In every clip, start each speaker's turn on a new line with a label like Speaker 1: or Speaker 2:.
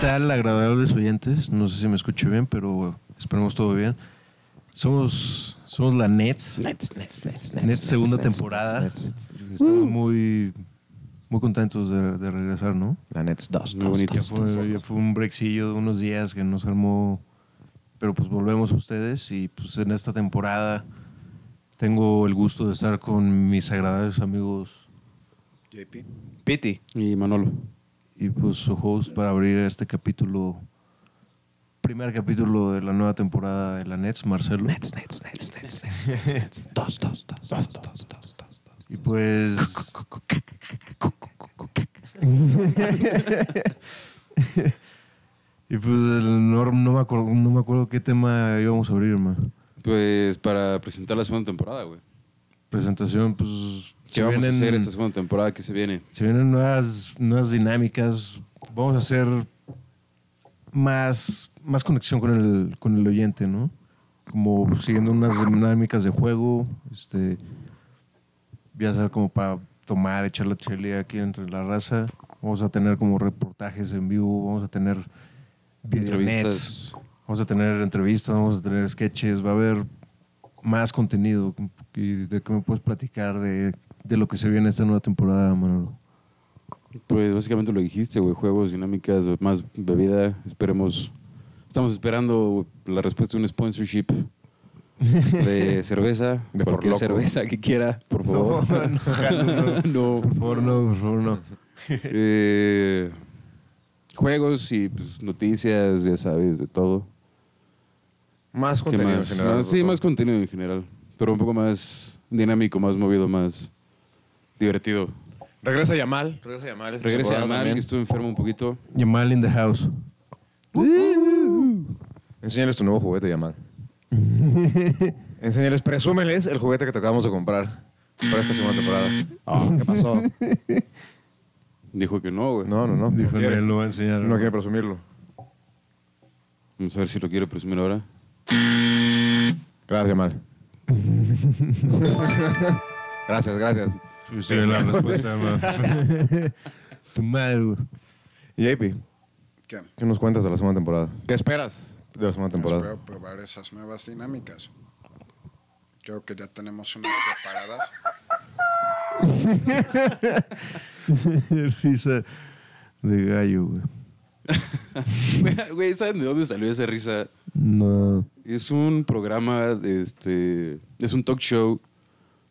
Speaker 1: tal, agradables oyentes? No sé si me escucho bien, pero esperemos todo bien. Somos, somos la Nets.
Speaker 2: Nets, Nets, Nets,
Speaker 1: Nets, segunda temporada.
Speaker 2: Nets, Nets.
Speaker 1: Estamos muy, muy contentos de, de regresar, ¿no?
Speaker 2: La Nets 2.
Speaker 3: Muy bonito.
Speaker 1: Ya fue, ya fue un brexillo de unos días que nos armó. Pero pues volvemos a ustedes y pues en esta temporada tengo el gusto de estar con mis agradables amigos
Speaker 4: JP.
Speaker 2: Piti.
Speaker 3: Y Manolo.
Speaker 1: y pues su host para abrir este capítulo, primer capítulo de la nueva temporada de la Nets, Marcelo.
Speaker 2: Nets, Nets, Nets, Nets, Nets, Nets. 2, 2, 2, 2, 2, 2, 2.
Speaker 1: Y pues Y pues el- no, no me acuerdo, no me acuerdo qué tema íbamos a abrir, man.
Speaker 3: Pues para presentar la segunda temporada, güey.
Speaker 1: Presentación, pues.
Speaker 3: ¿Qué
Speaker 1: se
Speaker 3: vamos a
Speaker 1: vienen-
Speaker 3: hacer esta segunda temporada que se viene?
Speaker 1: Se vienen nuevas, nuevas dinámicas. Vamos a hacer más, más conexión con el, con el oyente, ¿no? Como siguiendo unas dinámicas de juego. Este, ya sea como para tomar, echar la chile aquí entre la raza. Vamos a tener como reportajes en vivo, vamos a tener videonets,
Speaker 3: Entrevistas.
Speaker 1: vamos a tener entrevistas, vamos a tener sketches, va a haber más contenido. ¿Y ¿De qué me puedes platicar de, de lo que se viene esta nueva temporada, Manolo?
Speaker 3: Pues básicamente lo dijiste, güey. Juegos, dinámicas, más bebida. Esperemos. Estamos esperando la respuesta de un sponsorship de cerveza.
Speaker 2: De Por
Speaker 3: cualquier
Speaker 2: Loco.
Speaker 3: cerveza que quiera, por favor.
Speaker 1: No, no,
Speaker 3: No.
Speaker 1: Por favor, no, por favor, no.
Speaker 3: Eh, juegos y pues, noticias, ya sabes, de todo.
Speaker 2: Más
Speaker 3: ¿Qué
Speaker 2: contenido en
Speaker 3: más?
Speaker 2: general.
Speaker 3: Más- sí, más contenido en general. Pero un poco más dinámico, más movido, más divertido.
Speaker 2: Regresa Yamal. Regresa Yamal. esta
Speaker 3: Regresa a
Speaker 2: temporada
Speaker 3: Mal,
Speaker 2: también.
Speaker 3: que estuvo enfermo un poquito.
Speaker 1: Yamal in the house.
Speaker 2: Enséñales tu nuevo juguete, Yamal. Enséñales, presúmeles el juguete que te acabamos de comprar para esta segunda temporada.
Speaker 3: Ah.
Speaker 2: ¿Qué pasó?
Speaker 3: Dijo que no, güey.
Speaker 2: No, no, no. No
Speaker 1: Dijo,
Speaker 2: quiere,
Speaker 1: "Él lo va a enseñar.
Speaker 2: no quiere presumirlo.
Speaker 3: Vamos a ver si lo quiere presumir ahora.
Speaker 2: Gracias, Yamal. gracias, gracias.
Speaker 1: Sí, sí, la respuesta, ma. Tu madre, güey.
Speaker 2: JP,
Speaker 4: ¿Qué?
Speaker 2: ¿qué nos cuentas de la segunda temporada? ¿Qué esperas de la segunda temporada?
Speaker 4: Espero probar esas nuevas dinámicas. Creo que ya tenemos unas preparadas.
Speaker 1: Risa de gallo, güey.
Speaker 3: Güey, Güey, ¿saben de dónde salió esa risa?
Speaker 1: No.
Speaker 3: Es un programa, este, es un talk show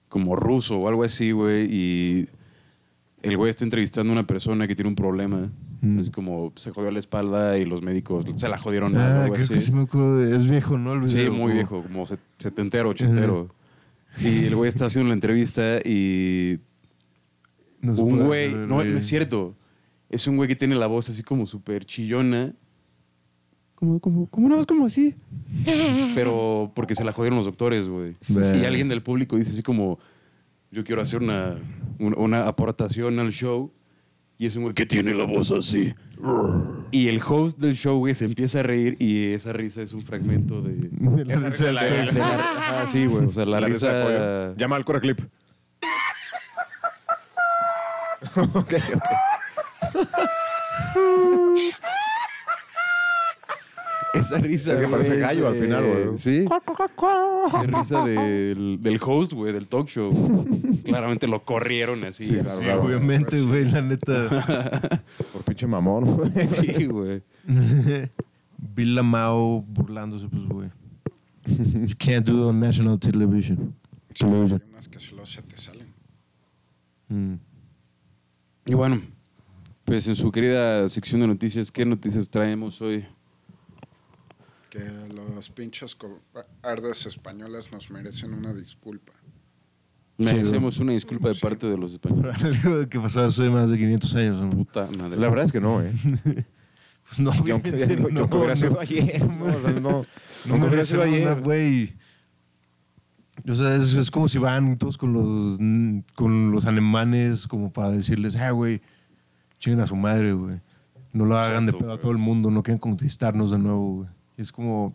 Speaker 3: como ruso o algo así, güey, y el güey está entrevistando a una persona que tiene un problema.
Speaker 1: Mm.
Speaker 3: Es como se jodió la espalda y los médicos se la jodieron o
Speaker 1: Ah,
Speaker 3: algo
Speaker 1: creo
Speaker 3: así.
Speaker 1: que sí me acuerdo. de- Es viejo, ¿no? El
Speaker 3: Sí,
Speaker 1: video,
Speaker 3: muy
Speaker 1: como-
Speaker 3: viejo, como set- setentero, ochentero. Y el güey está haciendo la entrevista y
Speaker 1: No se
Speaker 3: un
Speaker 1: puede
Speaker 3: güey,
Speaker 1: hacer,
Speaker 3: no, no es cierto, es un güey que tiene la voz así como súper chillona, como, como, como una voz como así, pero porque se la jodieron los doctores, güey.
Speaker 1: Ve.
Speaker 3: Y alguien del público dice así como, yo quiero hacer una, un- una aportación al show. Y es un güey que tiene la voz así. Y el host del show, güey, se empieza a reír y esa risa es un fragmento de...
Speaker 1: La risa del
Speaker 2: la-
Speaker 1: gallo.
Speaker 3: De la- ah, sí, güey. O sea, la, risa.
Speaker 2: de pollo. Yamal, corre clip. Ok, ok.
Speaker 3: esa risa.
Speaker 2: Es que
Speaker 3: güey,
Speaker 2: parece gallo al final, güey.
Speaker 3: Sí. Es risa del, del host, güey, del talk show. Claramente lo corrieron así.
Speaker 2: Sí,
Speaker 3: así.
Speaker 2: claro.
Speaker 1: Sí, obviamente, güey, la neta.
Speaker 2: Por pinche mamón, güey.
Speaker 3: Sí, güey.
Speaker 1: Bill Lamao burlándose, pues, güey. You can't do it on national television.
Speaker 4: Sí, hay unas que solo se te salen.
Speaker 1: Mm.
Speaker 2: Hmm.
Speaker 3: Y bueno, pues en su querida sección de noticias, ¿qué noticias traemos hoy?
Speaker 4: Que los pinches cobardes españoles nos merecen una disculpa.
Speaker 3: Merecemos una disculpa de parte de los
Speaker 1: Por
Speaker 3: españoles.
Speaker 1: algo que pasó hace más de 500 años, ¿no?
Speaker 3: Puta madre.
Speaker 2: La verdad es que no, ¿eh?
Speaker 1: Pues no,
Speaker 2: Y aunque-
Speaker 1: obviamente,
Speaker 2: yo aunque hubiera sido ayer. No, o sea, no.
Speaker 1: No me merece una, güey. O sea, es, es como si van todos con los, con los alemanes como para decirles, ah, güey, chinguen a su madre, güey. No lo hagan de
Speaker 3: Exacto,
Speaker 1: pedo a
Speaker 3: güey.
Speaker 1: todo el mundo, no quieren conquistarnos de nuevo, güey. Y Es como,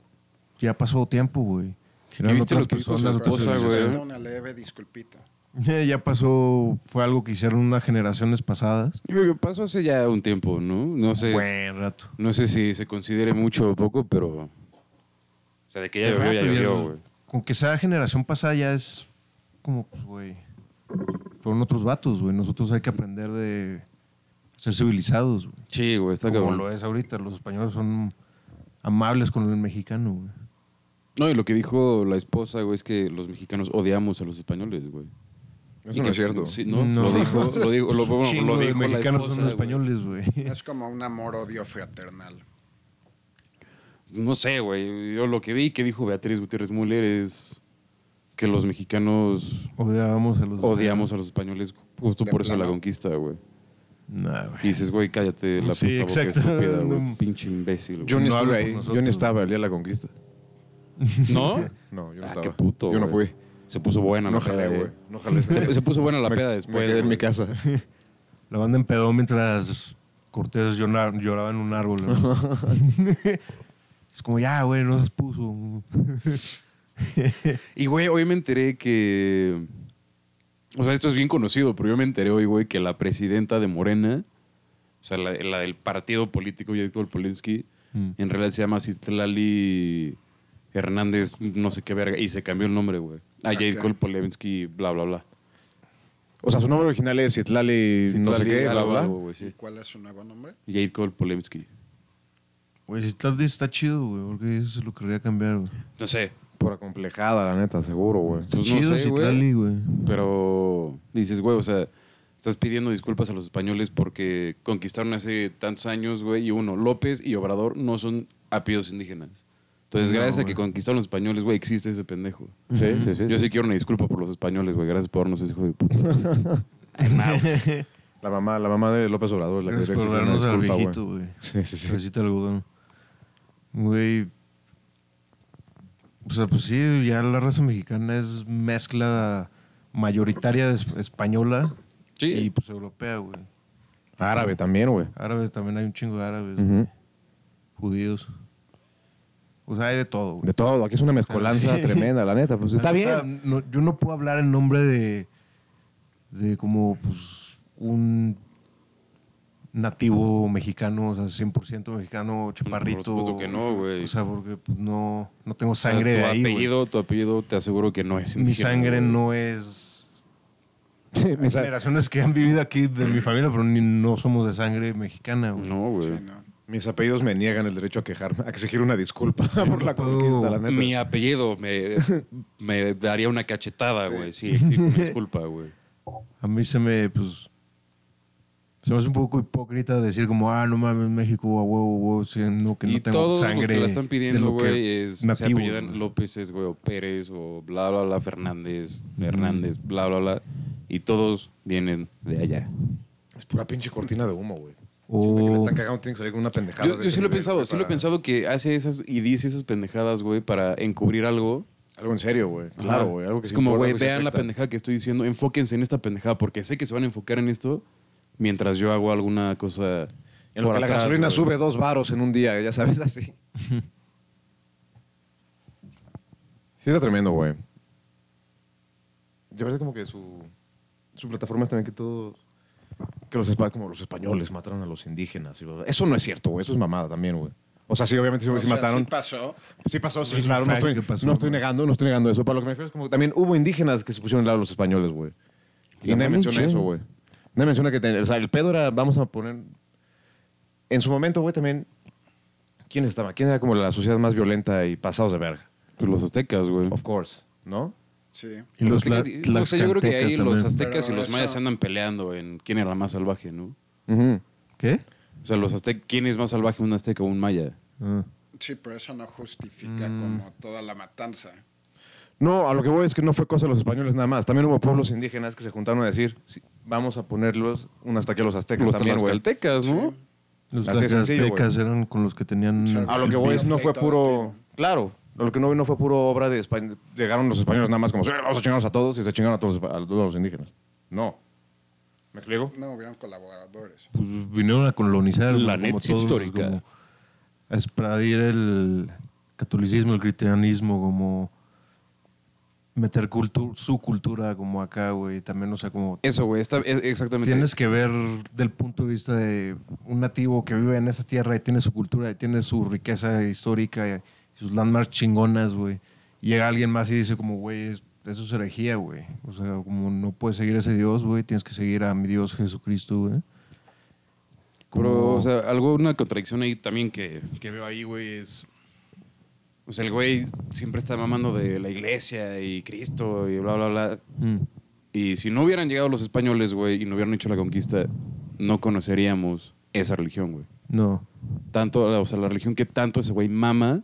Speaker 1: ya pasó tiempo, güey.
Speaker 3: ¿Y viste lo que hizo su
Speaker 1: otras
Speaker 3: esposa,
Speaker 1: civilizaciones.
Speaker 3: güey?
Speaker 4: Hasta Una leve disculpita.
Speaker 1: Ya ya pasó, fue algo que hicieron unas generaciones pasadas.
Speaker 3: Yo creo que pasó hace ya un tiempo, ¿no? No sé,
Speaker 1: Buen rato.
Speaker 3: no sé si se considere mucho o poco, pero. O sea, de que ya
Speaker 1: Qué
Speaker 3: llovió, ya
Speaker 1: rato, ya
Speaker 3: llovió,
Speaker 1: es-
Speaker 3: güey.
Speaker 1: Con que sea generación pasada ya es como, pues, güey. Fueron otros vatos, güey. Nosotros hay que aprender de ser civilizados, güey.
Speaker 3: Sí, güey, está
Speaker 1: Como
Speaker 3: cabrón.
Speaker 1: lo es ahorita. Los españoles son amables con el mexicano, güey.
Speaker 3: No, y lo que dijo la esposa, güey, es que los mexicanos odiamos a los españoles, güey.
Speaker 2: Eso
Speaker 3: Y
Speaker 2: no
Speaker 3: que-
Speaker 2: es cierto.
Speaker 3: Sí, no,
Speaker 1: No.
Speaker 3: lo dijo, lo dijo, lo, bueno,
Speaker 1: Pues, Chingo
Speaker 3: lo
Speaker 1: de
Speaker 3: dijo la
Speaker 1: mexicanos
Speaker 3: esposa,
Speaker 1: son
Speaker 3: güey.
Speaker 1: españoles, güey.
Speaker 4: Es como un amor-odio fraternal.
Speaker 3: No sé, güey. Yo lo que vi que dijo Beatriz Gutiérrez Müller es que los mexicanos
Speaker 1: Odiábamos a los
Speaker 3: odiamos a los españoles justo
Speaker 4: De
Speaker 3: por eso la
Speaker 4: plano.
Speaker 3: conquista, güey.
Speaker 1: Nah, güey.
Speaker 3: Y dices, güey, cállate la
Speaker 1: Sí,
Speaker 3: puta boca
Speaker 1: exacto.
Speaker 3: estúpida, güey.
Speaker 1: No.
Speaker 3: Pinche imbécil,
Speaker 2: Yo
Speaker 3: güey.
Speaker 2: ni
Speaker 1: No hablo por
Speaker 2: estuve ahí. Yo
Speaker 1: nosotros.
Speaker 2: ni estaba el día de la conquista.
Speaker 3: ¿No?
Speaker 2: No, yo no
Speaker 3: ah,
Speaker 2: estaba.
Speaker 3: qué puto,
Speaker 2: Yo no
Speaker 3: güey.
Speaker 2: fui.
Speaker 3: Se puso buena la
Speaker 2: No jalé,
Speaker 3: peda,
Speaker 2: güey.
Speaker 3: güey.
Speaker 2: No jalé.
Speaker 3: Se, se puso buena la
Speaker 2: Me-
Speaker 3: peda
Speaker 2: Me
Speaker 3: después,
Speaker 2: quedé en
Speaker 3: güey.
Speaker 2: mi casa.
Speaker 1: La banda empedó mientras Cortés llora- lloraba en un árbol. ¿no? es como, ya, güey, no se puso.
Speaker 3: Y, güey, hoy me enteré que... O sea, esto es bien conocido, pero yo me enteré hoy, güey, que la presidenta de Morena, o sea, la, la del partido político, Jacob Polinsky,
Speaker 2: Mm.
Speaker 3: en realidad se llama Citlali Hernández, no sé qué verga, y se cambió el nombre, güey. A
Speaker 2: Ah,
Speaker 4: Ok.
Speaker 3: Jacob Polinsky, bla, bla, bla.
Speaker 2: O sea, su nombre original es Citlali, no sé
Speaker 3: Citlali
Speaker 2: qué, bla,
Speaker 3: algo,
Speaker 2: bla.
Speaker 3: algo, güey,
Speaker 4: ¿Y
Speaker 3: Pues sí.
Speaker 4: cuál es su nuevo nombre?
Speaker 3: Jacob Polinsky.
Speaker 1: Güey, si tal vez está chido, güey, porque eso se lo querría cambiar, güey.
Speaker 3: No sé.
Speaker 2: Por acomplejada, la neta, seguro, güey.
Speaker 3: Pues no
Speaker 1: chido
Speaker 3: sé, güey.
Speaker 1: Citlali, güey.
Speaker 3: Pero dices, güey, o sea, estás pidiendo disculpas a los españoles porque conquistaron hace tantos años, güey, y uno, López y Obrador no son apellidos indígenas. Entonces,
Speaker 1: No,
Speaker 3: gracias a que
Speaker 1: güey.
Speaker 3: conquistaron los españoles, güey, existe ese pendejo.
Speaker 2: Sí, sí, sí.
Speaker 3: Yo sí quiero una disculpa por los españoles, güey. Gracias por darnos ese hijo de puta.
Speaker 2: La mamá, la mamá de López Obrador, la que
Speaker 1: Gracias
Speaker 2: le
Speaker 1: por
Speaker 2: exigió una
Speaker 1: darnos al
Speaker 2: disculpa,
Speaker 1: viejito,
Speaker 2: güey.
Speaker 1: güey.
Speaker 2: Sí, sí, sí.
Speaker 1: Cabecita de algodón. Güey. O sea, pues sí, ya la raza mexicana es mezcla mayoritaria de es- española
Speaker 3: Sí.
Speaker 1: y pues europea, güey.
Speaker 2: Árabe también, güey.
Speaker 1: Árabes también hay un chingo de árabes,
Speaker 2: Ujú.
Speaker 1: judíos. O sea, hay de todo, güey.
Speaker 2: De todo, aquí es una mezcolanza
Speaker 1: Sí.
Speaker 2: tremenda, la neta. Pues
Speaker 1: La
Speaker 2: está
Speaker 1: neta,
Speaker 2: bien.
Speaker 1: no- yo no puedo hablar en nombre de. de como, pues. un nativo mexicano, o sea, 100% mexicano, chaparrito.
Speaker 3: supuesto que no, güey.
Speaker 1: O sea, porque pues, no, no tengo
Speaker 3: O sea,
Speaker 1: sangre de
Speaker 3: tu
Speaker 1: ahí. güey.
Speaker 3: apellido, tu apellido te aseguro que no es
Speaker 1: Mi
Speaker 3: indígena,
Speaker 1: sangre
Speaker 3: güey.
Speaker 1: no es.
Speaker 2: Sí,
Speaker 1: Hay
Speaker 2: me sa-
Speaker 1: generaciones que han vivido aquí de mi familia, pero ni- no somos de sangre mexicana, güey.
Speaker 3: No, güey.
Speaker 4: Sí, no.
Speaker 2: Mis apellidos me niegan el derecho a quejarme, a exigir una disculpa por la
Speaker 1: puedo-
Speaker 2: conquista, la neta.
Speaker 3: Mi apellido me, me daría una cachetada, güey. Sí, exijo una disculpa, güey.
Speaker 1: A mí se me, pues. Se me hace un poco hipócrita decir como, ah, no mames, México, a huevo, huevo, sí, no, que
Speaker 3: y
Speaker 1: no tengo
Speaker 3: todos los
Speaker 1: sangre.
Speaker 3: que la están
Speaker 1: de
Speaker 3: pidiendo,
Speaker 1: lo que
Speaker 3: güey, es se
Speaker 1: nativos,
Speaker 3: apellidan
Speaker 1: güey.
Speaker 3: López, es, güey, o Pérez, o bla, bla, bla, Fernández, Hernández, bla, bla, bla. Y todos vienen de allá.
Speaker 2: Es pura pinche cortina de humo, güey.
Speaker 1: O-
Speaker 2: Siempre que le están cagando tienen que salir con una pendejada.
Speaker 3: Yo, yo
Speaker 2: de ese
Speaker 3: sí lo he
Speaker 2: nivel,
Speaker 3: pensado,
Speaker 2: güey,
Speaker 3: sí lo he
Speaker 2: para-
Speaker 3: pensado que hace esas y dice esas pendejadas, güey, para encubrir algo.
Speaker 2: Algo en serio, güey.
Speaker 3: Ajá.
Speaker 2: Claro, güey. Algo que
Speaker 3: Es
Speaker 2: sí
Speaker 3: como,
Speaker 2: importa,
Speaker 3: güey,
Speaker 2: algo que sí
Speaker 3: vean la
Speaker 2: afecta.
Speaker 3: pendejada que estoy diciendo, enfóquense en esta pendejada, porque sé que se van a enfocar en esto mientras yo hago alguna cosa.
Speaker 2: En lo
Speaker 3: por
Speaker 2: que la
Speaker 3: atrás,
Speaker 2: gasolina
Speaker 3: güey.
Speaker 2: sube dos varos en un día, ya sabes, así. sí, está tremendo, güey. De verdad, como que su, su plataforma es también que todo. Que los, espa- como los españoles mataron a los indígenas. y bla, bla. Eso no es cierto, güey. Eso es mamada también, güey. O sea, sí, obviamente, sí,
Speaker 4: O
Speaker 2: sí
Speaker 4: sea,
Speaker 2: mataron.
Speaker 4: sí pasó.
Speaker 2: Sí pasó, sí,
Speaker 1: Es un
Speaker 2: claro. No
Speaker 1: fact
Speaker 2: estoy,
Speaker 1: que pasó,
Speaker 2: no estoy
Speaker 1: ¿no?
Speaker 2: negando, no estoy negando eso. Para lo que me refiero es como que también hubo indígenas que se pusieron al lado de los españoles, güey. Y
Speaker 3: La
Speaker 2: nadie
Speaker 3: mamen
Speaker 2: menciona
Speaker 3: chingo.
Speaker 2: eso, güey. Nadie menciona que... ten- o sea, el pedo era, vamos a poner... En su momento, güey, también... ¿Quién estaba? ¿Quién era como la sociedad más violenta y pasados de verga?
Speaker 3: Pues los aztecas, güey.
Speaker 2: Of course, ¿no?
Speaker 4: Sí.
Speaker 1: Y los
Speaker 3: aztecas-
Speaker 1: tla-
Speaker 3: o sea, yo creo que ahí
Speaker 1: tlaxcaltecas
Speaker 3: los
Speaker 1: también.
Speaker 3: aztecas
Speaker 4: Pero
Speaker 3: y los mayas
Speaker 4: eso-
Speaker 3: se andan peleando en quién era más salvaje, ¿no?
Speaker 2: Ujú.
Speaker 1: ¿Qué?
Speaker 3: O sea, los aztecas, ¿quién es más salvaje, un azteca o un maya?
Speaker 1: Ah.
Speaker 4: Sí, pero eso no justifica como toda la matanza.
Speaker 2: No, a lo que voy es que no fue cosa de los españoles nada más. También hubo pueblos indígenas que se juntaron a decir, "Sí, vamos a ponerlos un hasta que los aztecas
Speaker 3: Los
Speaker 2: también, güey.
Speaker 3: tlaxcaltecas, ¿no?
Speaker 1: Los
Speaker 2: Así de sencillo,
Speaker 1: tlaxcaltecas eran con los que tenían.
Speaker 4: Sí.
Speaker 2: A lo que
Speaker 1: el
Speaker 2: voy
Speaker 1: pie.
Speaker 2: es no fue puro. Claro, lo que no no fue puro obra de España. Llegaron los españoles nada más como, "Sí, vamos a chingarnos a todos y se chingaron a todos, los- a todos los indígenas. No. ¿Me explico?
Speaker 4: No hubieron colaboradores.
Speaker 1: Pues vinieron a colonizar.
Speaker 3: La
Speaker 1: como
Speaker 3: neta
Speaker 1: todos, pues,
Speaker 3: histórica.
Speaker 1: como a expandir el catolicismo, el cristianismo, como. meter cultu- su cultura como acá, güey. También, o sea, como
Speaker 3: Eso, güey. Está, es- exactamente.
Speaker 1: tienes que ver del punto de vista de un nativo que vive en esa tierra y tiene su cultura y tiene su riqueza histórica y sus landmarks chingonas, güey. Y Llega alguien más y dice como, güey, es- eso es herejía, güey. O sea, como no puedes seguir a ese Dios, güey, tienes que seguir a mi Dios Jesucristo, güey.
Speaker 3: Pero, o sea, algo, una contradicción ahí también que, que veo ahí, güey, es. O sea, el güey siempre está mamando de la iglesia y Cristo y bla, bla, bla.
Speaker 1: Mm.
Speaker 3: Y si no hubieran llegado los españoles, güey, y no hubieran hecho la conquista, no conoceríamos esa religión, güey.
Speaker 1: No.
Speaker 3: Tanto, o sea, la religión que tanto ese güey mama,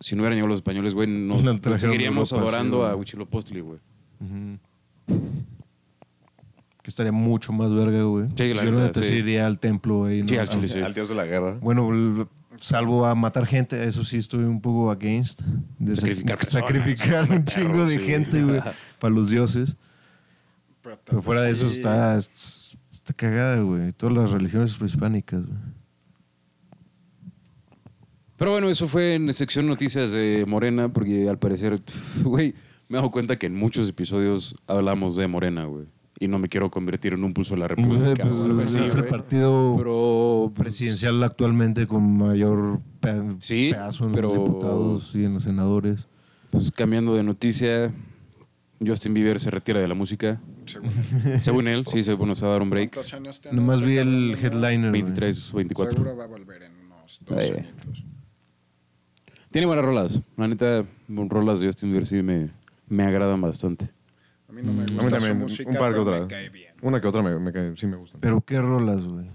Speaker 3: si no hubieran llegado los españoles, güey, no,
Speaker 1: La
Speaker 3: no
Speaker 1: trajeron de
Speaker 3: seguiríamos
Speaker 1: Europa, sí,
Speaker 3: adorando
Speaker 1: güey.
Speaker 3: a Huichilopochtli, güey.
Speaker 1: Ujú. Que estaría mucho más verga, güey.
Speaker 3: Sí, la
Speaker 1: Yo no
Speaker 3: neta,
Speaker 1: te
Speaker 3: sí.
Speaker 1: iría al templo, güey. ¿no?
Speaker 3: Sí, al chile, sí.
Speaker 2: Al dios de la guerra.
Speaker 1: Bueno, l- salvo a matar gente, eso sí estoy un poco against. De sa-
Speaker 3: Sacrificar personas,
Speaker 1: sacrificar un chingo de
Speaker 3: sí.
Speaker 1: gente, güey, para los dioses.
Speaker 4: Pero, tal
Speaker 1: Pero fuera de
Speaker 4: vez
Speaker 1: eso
Speaker 4: sí,
Speaker 1: está, está cagada, güey. Todas las religiones prehispánicas, güey.
Speaker 3: Pero bueno, eso fue en la sección noticias de Morena, porque al parecer, güey, me he dado cuenta que en muchos episodios hablamos de Morena, güey. Y no me quiero convertir en un pulso de la República.
Speaker 1: Pues,
Speaker 3: o algo así,
Speaker 1: es el
Speaker 3: güey.
Speaker 1: partido
Speaker 3: Pero pues,
Speaker 1: presidencial actualmente con mayor pe-
Speaker 3: Sí,
Speaker 1: pedazo en
Speaker 3: pero-
Speaker 1: los diputados y en los senadores.
Speaker 3: pues, cambiando de noticia, Justin Bieber se retira de la música.
Speaker 4: según-
Speaker 3: Según él, sí, se bueno, se va a dar un break.
Speaker 4: ¿Cuántos años tiene
Speaker 1: Nomás
Speaker 4: este
Speaker 1: vi
Speaker 4: cabrón,
Speaker 1: el
Speaker 4: no?
Speaker 1: headliner. güey.
Speaker 3: 23, 24.
Speaker 4: Seguro va a volver en unos dos
Speaker 3: Ahí.
Speaker 4: añitos.
Speaker 3: Tiene buenas rolas. La neta, rolas de Justin Bieber sí me, me agradan bastante.
Speaker 4: A mí no
Speaker 2: Mm, A
Speaker 4: me
Speaker 2: mí
Speaker 4: gusta
Speaker 2: también,
Speaker 4: su música,
Speaker 2: un par que
Speaker 4: pero
Speaker 2: otra.
Speaker 4: me cae bien.
Speaker 2: Una que otra me, me cae- sí me gustan.
Speaker 1: Pero qué rolas, güey.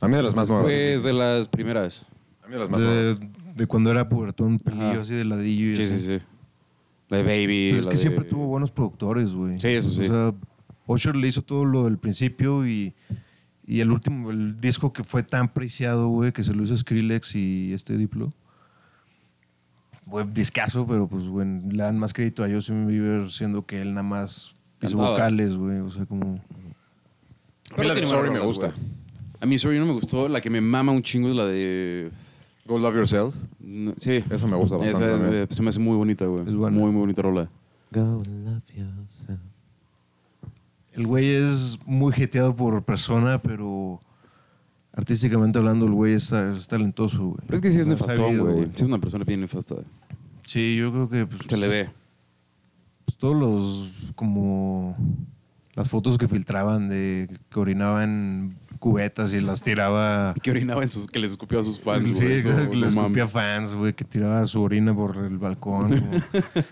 Speaker 2: A mí de las más nuevas.
Speaker 3: Pues de las primeras.
Speaker 2: A mí de las más
Speaker 1: De,
Speaker 2: nuevas.
Speaker 1: de cuando era pubertón, pelillo
Speaker 3: Ajá.
Speaker 1: así de ladillo y
Speaker 3: Sí,
Speaker 1: así.
Speaker 3: sí, sí. La de Baby.
Speaker 1: Pues es
Speaker 3: la
Speaker 1: que
Speaker 3: de-
Speaker 1: siempre tuvo buenos productores, güey.
Speaker 3: Sí, eso
Speaker 1: O
Speaker 3: sí.
Speaker 1: sea, Usher le hizo todo lo del principio y, y el último, el disco que fue tan preciado, güey, que se lo hizo Skrillex y este Diplo. Güey, discazo, pero pues, güey, le dan más crédito a Justin Bieber siendo que él nada más hizo
Speaker 3: Cantaba.
Speaker 1: vocales, güey. O sea, como...
Speaker 2: A mí la de
Speaker 3: tiene
Speaker 2: Sorry me
Speaker 3: buenas
Speaker 2: gusta.
Speaker 3: rolas, güey. A mí Sorry no me gustó. La que me mama un chingo es la de...
Speaker 2: Go Love Yourself.
Speaker 3: no, Sí.
Speaker 2: Esa me gusta bastante
Speaker 3: Esa es-
Speaker 2: también.
Speaker 3: eh, se me hace muy bonita, güey.
Speaker 1: Es buena.
Speaker 3: Muy, muy bonita rola.
Speaker 1: El güey es muy jeteado por persona, pero artísticamente hablando, el güey es, es talentoso, güey.
Speaker 3: Pero es que sí es
Speaker 1: Ha
Speaker 3: nefastón,
Speaker 1: sabido,
Speaker 3: güey. Sí es una persona bien nefasta.
Speaker 1: Sí, yo creo que pues,
Speaker 3: Se le ve.
Speaker 1: pues, todos los como las fotos que filtraban de que orinaban cubetas y las tiraba
Speaker 3: Que orinaba en sus... Que les escupió a sus fans,
Speaker 1: sí,
Speaker 3: güey. Eso,
Speaker 1: que le
Speaker 3: no
Speaker 1: escupía
Speaker 3: mames.
Speaker 1: fans, güey, que tiraba su orina por el balcón. güey.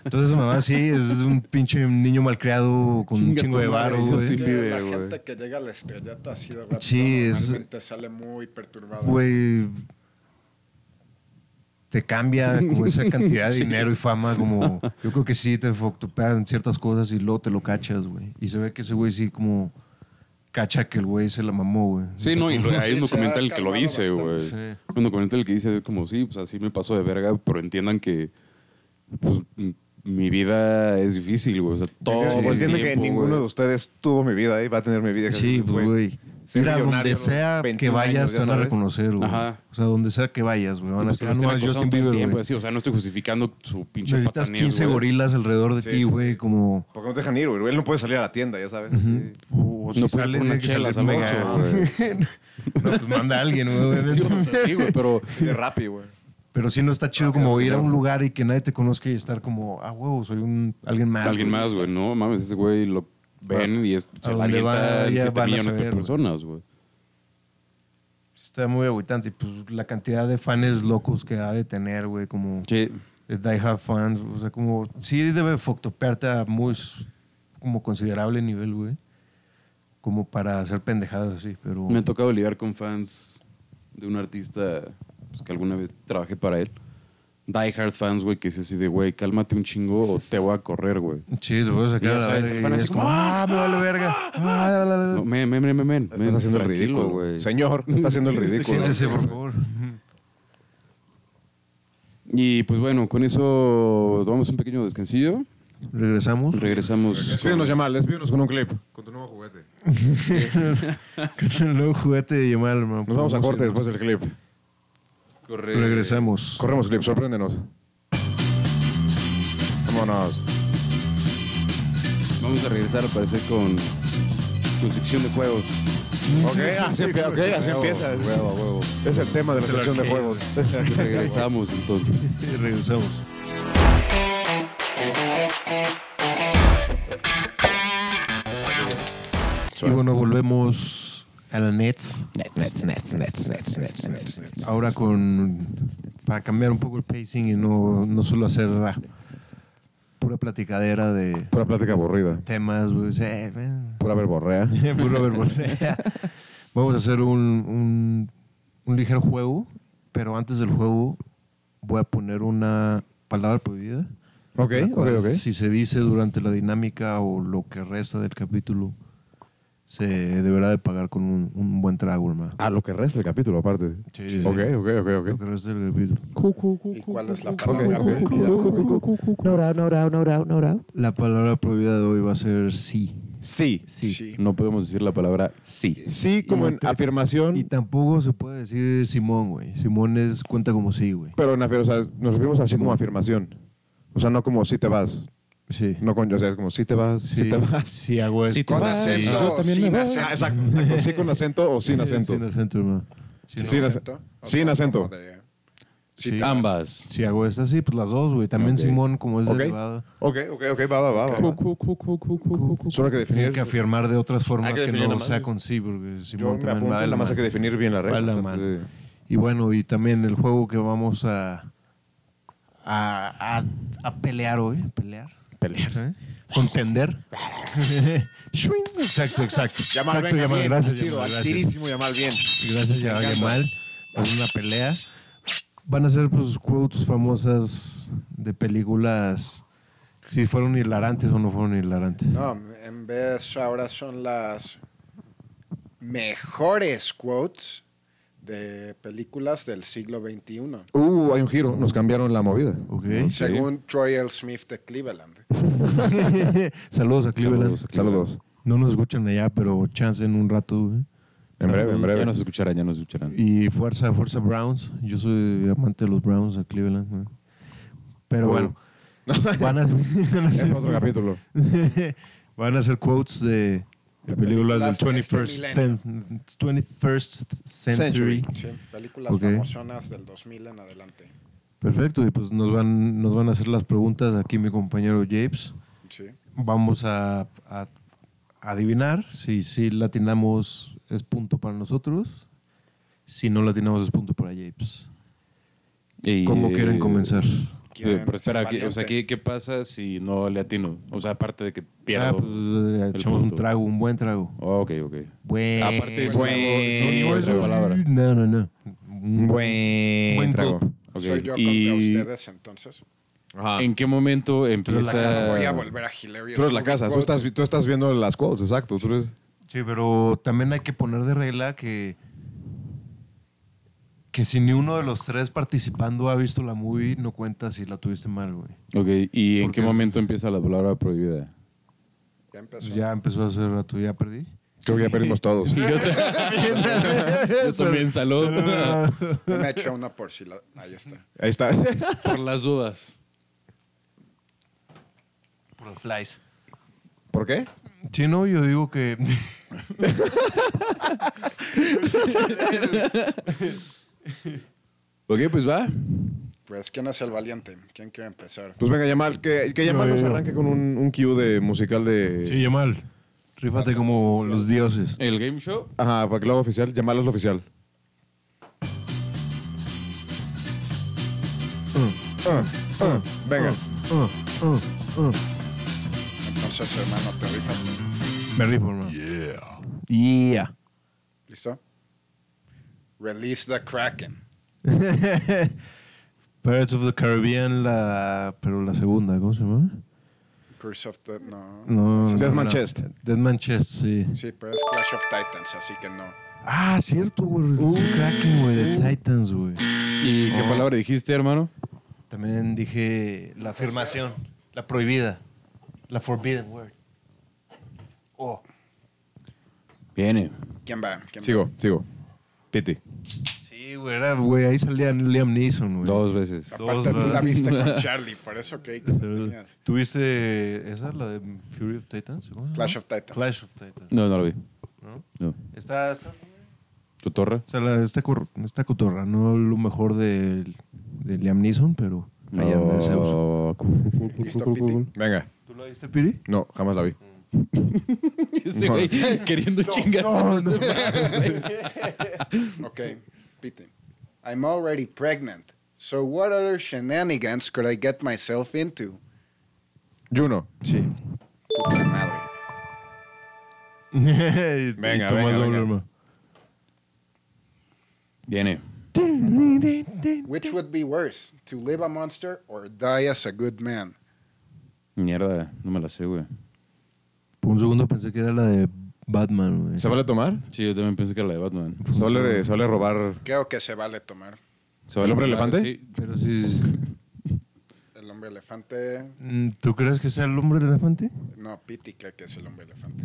Speaker 1: Entonces, mamá, sí, es un pinche niño malcriado con un
Speaker 3: Chinga
Speaker 1: chingo
Speaker 3: tu
Speaker 1: de
Speaker 3: madre,
Speaker 1: barro,
Speaker 3: Justin
Speaker 1: güey.
Speaker 4: Que
Speaker 3: Bieber,
Speaker 4: la
Speaker 3: güey.
Speaker 4: gente que llega a la estrellata así de rato
Speaker 1: Sí, es-
Speaker 4: normalmente sale muy perturbada.
Speaker 1: Güey, te cambia como esa cantidad de dinero y fama, como yo creo que sí te foctupean ciertas cosas y luego te lo cachas, güey. Y se ve que ese güey sí como cacha que el güey se la mamó, güey.
Speaker 3: Sí, no, y hay un
Speaker 4: Sí, se ha
Speaker 3: documental que lo
Speaker 4: calmado
Speaker 3: dice,
Speaker 4: bastante.
Speaker 3: güey.
Speaker 1: Sí.
Speaker 3: Un documental que dice como, sí, pues así me paso de verga, pero entiendan que pues, m- mi vida es difícil, güey. O sea, todo el
Speaker 2: Entiendo que
Speaker 3: tiempo,
Speaker 2: ninguno
Speaker 3: güey.
Speaker 2: de ustedes tuvo mi vida y va a tener mi vida.
Speaker 1: Sí, pues, güey.
Speaker 2: ser
Speaker 1: Mira,
Speaker 2: millonario
Speaker 1: donde
Speaker 2: a los
Speaker 1: sea que
Speaker 2: 21
Speaker 1: vayas,
Speaker 2: años,
Speaker 1: te
Speaker 2: ya
Speaker 1: van a
Speaker 2: sabes.
Speaker 1: reconocer, güey.
Speaker 3: Ajá.
Speaker 1: O sea, donde sea que vayas, güey. Van a
Speaker 3: Pues, que
Speaker 1: decir,
Speaker 3: lo
Speaker 1: "Ah, no,
Speaker 3: estén
Speaker 1: es
Speaker 3: acosando
Speaker 1: Justin
Speaker 3: todo el
Speaker 1: Bieber,
Speaker 3: tiempo,
Speaker 1: güey.
Speaker 3: así, o sea, no estoy justificando su pinche
Speaker 1: Necesitas
Speaker 3: patanés,
Speaker 1: 15
Speaker 3: güey.
Speaker 1: gorilas alrededor de
Speaker 2: Sí,
Speaker 1: ti,
Speaker 2: sí,
Speaker 1: güey,
Speaker 2: sí.
Speaker 1: como...
Speaker 2: Porque no te dejan ir, güey. Él no puede salir a la tienda, ya sabes. así.
Speaker 1: O
Speaker 3: No puede ir por unas chelas al Oxxo,
Speaker 1: No, pues manda a alguien, güey.
Speaker 3: Sí, o sea, sí, güey, pero
Speaker 1: Ah,
Speaker 2: De Rappi, güey.
Speaker 1: Pero sí no está
Speaker 3: Ah,
Speaker 1: chido como ir a un lugar y que nadie te conozca y estar como, ah, huevo, soy un alguien más.
Speaker 3: alguien más, güey, no mames, ese güey lo ven y es, se
Speaker 1: ¿A
Speaker 3: la
Speaker 1: dónde va?
Speaker 3: avientan
Speaker 1: Ya
Speaker 3: 7
Speaker 1: van a
Speaker 3: millones de
Speaker 1: saber, güey.
Speaker 3: personas, güey.
Speaker 1: Está muy agüitante. Y pues la cantidad de fans locos que ha de tener, güey, como
Speaker 3: Sí,
Speaker 1: de Die Hard fans. O sea, como sí debe foctopearte a muy s- como considerable nivel, güey. Como para hacer pendejadas así, pero...
Speaker 3: me ha tocado lidiar con fans de un artista pues, que alguna vez trabajé para él. Die Hard fans, güey, que es así de, güey, cálmate un chingo o te voy a correr, güey.
Speaker 1: Sí, te voy a sacar
Speaker 3: Ya
Speaker 1: a la
Speaker 3: sabes,
Speaker 1: verga
Speaker 3: el
Speaker 1: y
Speaker 3: fan así
Speaker 1: es
Speaker 3: como,
Speaker 1: como, ah, me vale verga. Ah, la, la, la, la".
Speaker 3: No, men, men, men, men, men.
Speaker 2: Estás haciendo el
Speaker 3: tranquilo,
Speaker 2: ridículo, güey. Señor, está haciendo el ridículo.
Speaker 1: Siéntese, por favor.
Speaker 3: Y pues bueno, con eso damos un pequeño descansillo.
Speaker 1: Regresamos.
Speaker 3: Regresamos. con-
Speaker 2: Despídenos, Yamal, despídenos con un clip. Con tu nuevo juguete.
Speaker 1: Con el nuevo juguete de Yamal, hermano.
Speaker 2: Nos vamos a
Speaker 1: Podemos
Speaker 2: corte
Speaker 1: irnos.
Speaker 2: después del clip.
Speaker 3: corre-
Speaker 1: Regresamos.
Speaker 2: Corremos clip, sorpréndenos. Vamos Vámonos.
Speaker 3: Vamos a regresar al parecer con tu sección de juegos.
Speaker 2: Ok, así, empie- ok, así empieza.
Speaker 3: Huevo, huevo.
Speaker 2: Es el tema de la sección de juegos.
Speaker 3: Regresamos entonces.
Speaker 1: Y regresamos. Y bueno, volvemos a la Nets.
Speaker 5: Nets, nets, nets, nets, nets, nets, nets.
Speaker 1: Ahora con. Para cambiar un poco el pacing y no, no solo hacer ah, pura platicadera de
Speaker 2: Pura plática aburrida.
Speaker 1: temas, güey. sí, eh,
Speaker 2: Pura verborrea.
Speaker 1: Puro verborrea. Vamos a hacer un, un, un ligero juego, pero antes del juego voy a poner una palabra prohibida.
Speaker 2: Ok,
Speaker 1: la
Speaker 2: ok,
Speaker 1: cual,
Speaker 2: ok.
Speaker 1: Si se dice durante la dinámica o lo que resta del capítulo, se deberá de pagar con un, un buen trago, hermano.
Speaker 2: Ah, lo que resta del capítulo, aparte.
Speaker 1: Sí, sí, sí.
Speaker 2: Ok, ok, ok, ok.
Speaker 1: Lo que resta del capítulo.
Speaker 4: ¿Y cuál es la
Speaker 2: ok.
Speaker 4: palabra? prohibida, güey?
Speaker 5: No doubt, no doubt, no doubt, no doubt.
Speaker 1: La palabra prohibida de hoy va a ser sí.
Speaker 2: Sí.
Speaker 1: Sí.
Speaker 4: Sí.
Speaker 3: No podemos decir la palabra sí.
Speaker 2: Sí, como en
Speaker 1: Y
Speaker 2: afirmación,
Speaker 1: tampoco se puede decir Simón, güey. Simón es, cuenta como sí, güey.
Speaker 2: pero en afir- o sea, nos referimos así como afirmación. O sea, no como si te vas.
Speaker 1: Sí.
Speaker 2: No con, o sea, es como si te vas, si
Speaker 1: Sí.
Speaker 2: te vas.
Speaker 1: Sí, hago esto.
Speaker 4: Con acento, sin
Speaker 2: Ah,
Speaker 4: acento.
Speaker 2: exacto, exacto. Sí con acento o sin acento.
Speaker 1: Sin acento, hermano. Si,
Speaker 2: Sí. Sin acento. Sin acento.
Speaker 4: Como de-
Speaker 1: Sí.
Speaker 4: Sí, te-
Speaker 3: Ambas.
Speaker 1: si hago esta, sí, pues las dos, güey. También
Speaker 2: Ok.
Speaker 1: Simón, como es
Speaker 2: Ok,
Speaker 1: derivado,
Speaker 2: ok, ok, ok, va, va, va, va, va. Solo hay que
Speaker 1: tiene
Speaker 2: definir.
Speaker 1: que afirmar de otras formas
Speaker 2: Hay que
Speaker 1: que,
Speaker 2: definir
Speaker 1: no
Speaker 2: nomás,
Speaker 1: sea
Speaker 2: güey.
Speaker 1: con sí, porque
Speaker 2: Yo
Speaker 1: Simón
Speaker 2: me
Speaker 1: también
Speaker 2: apunto,
Speaker 1: va a
Speaker 2: nada más hay que definir bien la regla.
Speaker 1: Vale, man. Y bueno, y también el juego que vamos a a, a, a pelear hoy. Pelear. Pelear. Contender. Shwing. exacto, exacto.
Speaker 2: Llamar,
Speaker 1: exacto,
Speaker 2: venga,
Speaker 1: Yamal.
Speaker 2: bien,
Speaker 1: Gracias,
Speaker 2: al tiro,
Speaker 1: Yamal,
Speaker 2: al
Speaker 1: gracias.
Speaker 2: tirísimo, llamar bien.
Speaker 1: Gracias a Yamal por una pelea. Van a ser pues quotes famosas de películas si fueron hilarantes o no fueron hilarantes.
Speaker 4: No, en vez ahora son las mejores quotes de películas del siglo XXI.
Speaker 2: Uh, hay un giro, nos cambiaron la movida.
Speaker 1: Ok.
Speaker 4: Según Troy L. Smith de Cleveland.
Speaker 1: Saludos a Cleveland.
Speaker 2: Saludos.
Speaker 1: No nos escuchan allá, pero chance en un rato. güey.
Speaker 2: En breve, en
Speaker 3: Ya
Speaker 2: breve.
Speaker 3: nos escucharán, ya nos escucharán.
Speaker 1: Y fuerza, fuerza Browns. Yo soy amante de los Browns de Cleveland. güey. Pero
Speaker 2: Oh.
Speaker 1: bueno, van a, van a
Speaker 2: Es
Speaker 1: ser-
Speaker 2: otro capítulo.
Speaker 1: Van a hacer quotes de, de
Speaker 4: De
Speaker 1: películas del
Speaker 4: películas de
Speaker 1: 21st,
Speaker 4: este
Speaker 1: cen- 21st century.
Speaker 4: Sí, películas
Speaker 1: Ok.
Speaker 4: famosonas del 2000 en adelante.
Speaker 1: Perfecto, y pues nos van, nos van a hacer las preguntas aquí mi compañero Japes.
Speaker 4: Sí.
Speaker 1: Vamos a, a adivinar si si latinamos es punto para nosotros, si no latinamos es punto para Japes.
Speaker 3: Y-
Speaker 1: ¿Cómo quieren comenzar?
Speaker 4: ¿Quién
Speaker 3: Eh, Pero espera,
Speaker 4: ser
Speaker 3: ¿qué- o sea,
Speaker 4: valiente?
Speaker 3: ¿qué, qué pasa si no le atino? O sea, aparte de que pierdo.
Speaker 1: Ah, pues, eh,
Speaker 3: el
Speaker 1: echamos un
Speaker 3: punto.
Speaker 1: trago, un buen trago.
Speaker 3: Oh, ok, ok.
Speaker 1: Buen.
Speaker 3: Aparte es una- es una-
Speaker 1: No,
Speaker 3: otra
Speaker 1: eso-
Speaker 3: palabra.
Speaker 1: No, no, no. Un
Speaker 2: Buen,
Speaker 1: buen
Speaker 2: trago.
Speaker 1: golpe.
Speaker 3: Ok,
Speaker 4: Soy yo
Speaker 3: y
Speaker 4: contra ¿eh? ustedes, entonces.
Speaker 3: ¿En qué momento empieza?
Speaker 4: Voy a volver a Hilario.
Speaker 2: Tú eres la casa, tú estás, tú estás viendo las quotes, exacto. Tú eres...
Speaker 1: Sí, pero también hay que poner de regla que, que si ni uno de los tres participando ha visto la movie, no cuenta si la tuviste mal, güey.
Speaker 3: Ok, ¿y en
Speaker 1: Porque
Speaker 3: qué
Speaker 1: es-
Speaker 3: momento empieza la palabra prohibida?
Speaker 4: Ya empezó.
Speaker 1: Ya empezó hace rato, ya perdí.
Speaker 2: Creo que ya perdimos todos.
Speaker 3: Y yo también, yo también salud.
Speaker 4: Yo Me he hecho una por si la... Ahí está.
Speaker 2: Ahí está.
Speaker 3: Por las dudas.
Speaker 1: Por los flies.
Speaker 2: ¿Por qué?
Speaker 1: Sí, no, yo digo que...
Speaker 3: Ok, pues va.
Speaker 4: Pues, ¿quién es el valiente? ¿Quién quiere empezar?
Speaker 2: Pues venga, Yamal, que, que Yamal
Speaker 1: No,
Speaker 2: nos
Speaker 1: yo-
Speaker 2: arranque con un, un cue de musical de...
Speaker 1: Sí, Yamal, rífate como los dioses.
Speaker 3: El game show.
Speaker 2: Ajá, para que lo haga oficial, Yamal es lo oficial.
Speaker 3: Mm,
Speaker 2: Ah, ah, venga.
Speaker 4: Entonces, hermano, te rifas.
Speaker 1: Me rifo, hermano. Yeah. Yeah.
Speaker 4: ¿Listo? Release the Kraken.
Speaker 1: Pirates of the Caribbean, la... pero la segunda, ¿cómo se llama?
Speaker 4: Curse of the... No.
Speaker 1: No,
Speaker 4: Esa es
Speaker 1: no,
Speaker 2: Death
Speaker 1: no.
Speaker 2: Man Chest.
Speaker 1: Death Man Chest, sí.
Speaker 4: Sí, pero es Clash of Titans, así que no.
Speaker 1: Ah, cierto, güey. Kraken, güey, de Titans, güey.
Speaker 3: ¿Y qué palabra dijiste, hermano?
Speaker 1: También dije la afirmación, la prohibida, la forbidden word. Oh.
Speaker 3: Viene.
Speaker 4: ¿Quién va? ¿Quién va?
Speaker 2: Sigo, sigo. Piti.
Speaker 1: Sí, güey, era, güey, ahí salía Liam Neeson, güey.
Speaker 3: Dos veces.
Speaker 1: Dos,
Speaker 4: Aparte, tú
Speaker 1: ¿verdad?
Speaker 4: la viste con Charlie, por eso que
Speaker 1: Pero, ¿Tuviste esa, la de Fury of Titans? ¿Cómo se llama?
Speaker 4: Clash of Titans.
Speaker 1: Clash of Titans.
Speaker 3: No, no lo vi.
Speaker 1: ¿no?
Speaker 3: No.
Speaker 1: Está, está,
Speaker 3: ¿Tu torre?
Speaker 1: o sea, la- está, cor- está cotorra, no lo mejor del- de, Liam Neeson, pero ahí anda de Zeus.
Speaker 3: Oh,
Speaker 4: Listo, Piti.
Speaker 2: Venga.
Speaker 1: ¿Tú la viste, Piri?
Speaker 2: No, jamás la vi.
Speaker 3: Ese güey queriendo chingarse.
Speaker 1: no, no.
Speaker 4: Ok, Pete. I'm already pregnant. So what other shenanigans could I get myself into?
Speaker 2: Juno.
Speaker 4: Sí. Puta madre.
Speaker 1: Y
Speaker 2: Venga,
Speaker 1: Tomás
Speaker 2: venga,
Speaker 1: Doble,
Speaker 2: venga.
Speaker 1: hermano.
Speaker 3: Viene.
Speaker 4: Which would be worse, to live a monster or die as a good man?
Speaker 3: Mierda, no me la sé, güey.
Speaker 1: Por un segundo pensé que era la de Batman, güey.
Speaker 2: ¿Se vale tomar?
Speaker 3: Sí, yo también pienso que era la de Batman.
Speaker 2: ¿Se vale, se vale robar
Speaker 4: Creo que se vale tomar.
Speaker 3: ¿Se vale
Speaker 2: ¿El hombre
Speaker 3: robar?
Speaker 2: elefante?
Speaker 3: Sí.
Speaker 1: Pero sí. sí.
Speaker 4: El hombre elefante.
Speaker 1: Mm, ¿Tú crees que sea el hombre elefante?
Speaker 4: No, Piti cree que es el hombre elefante.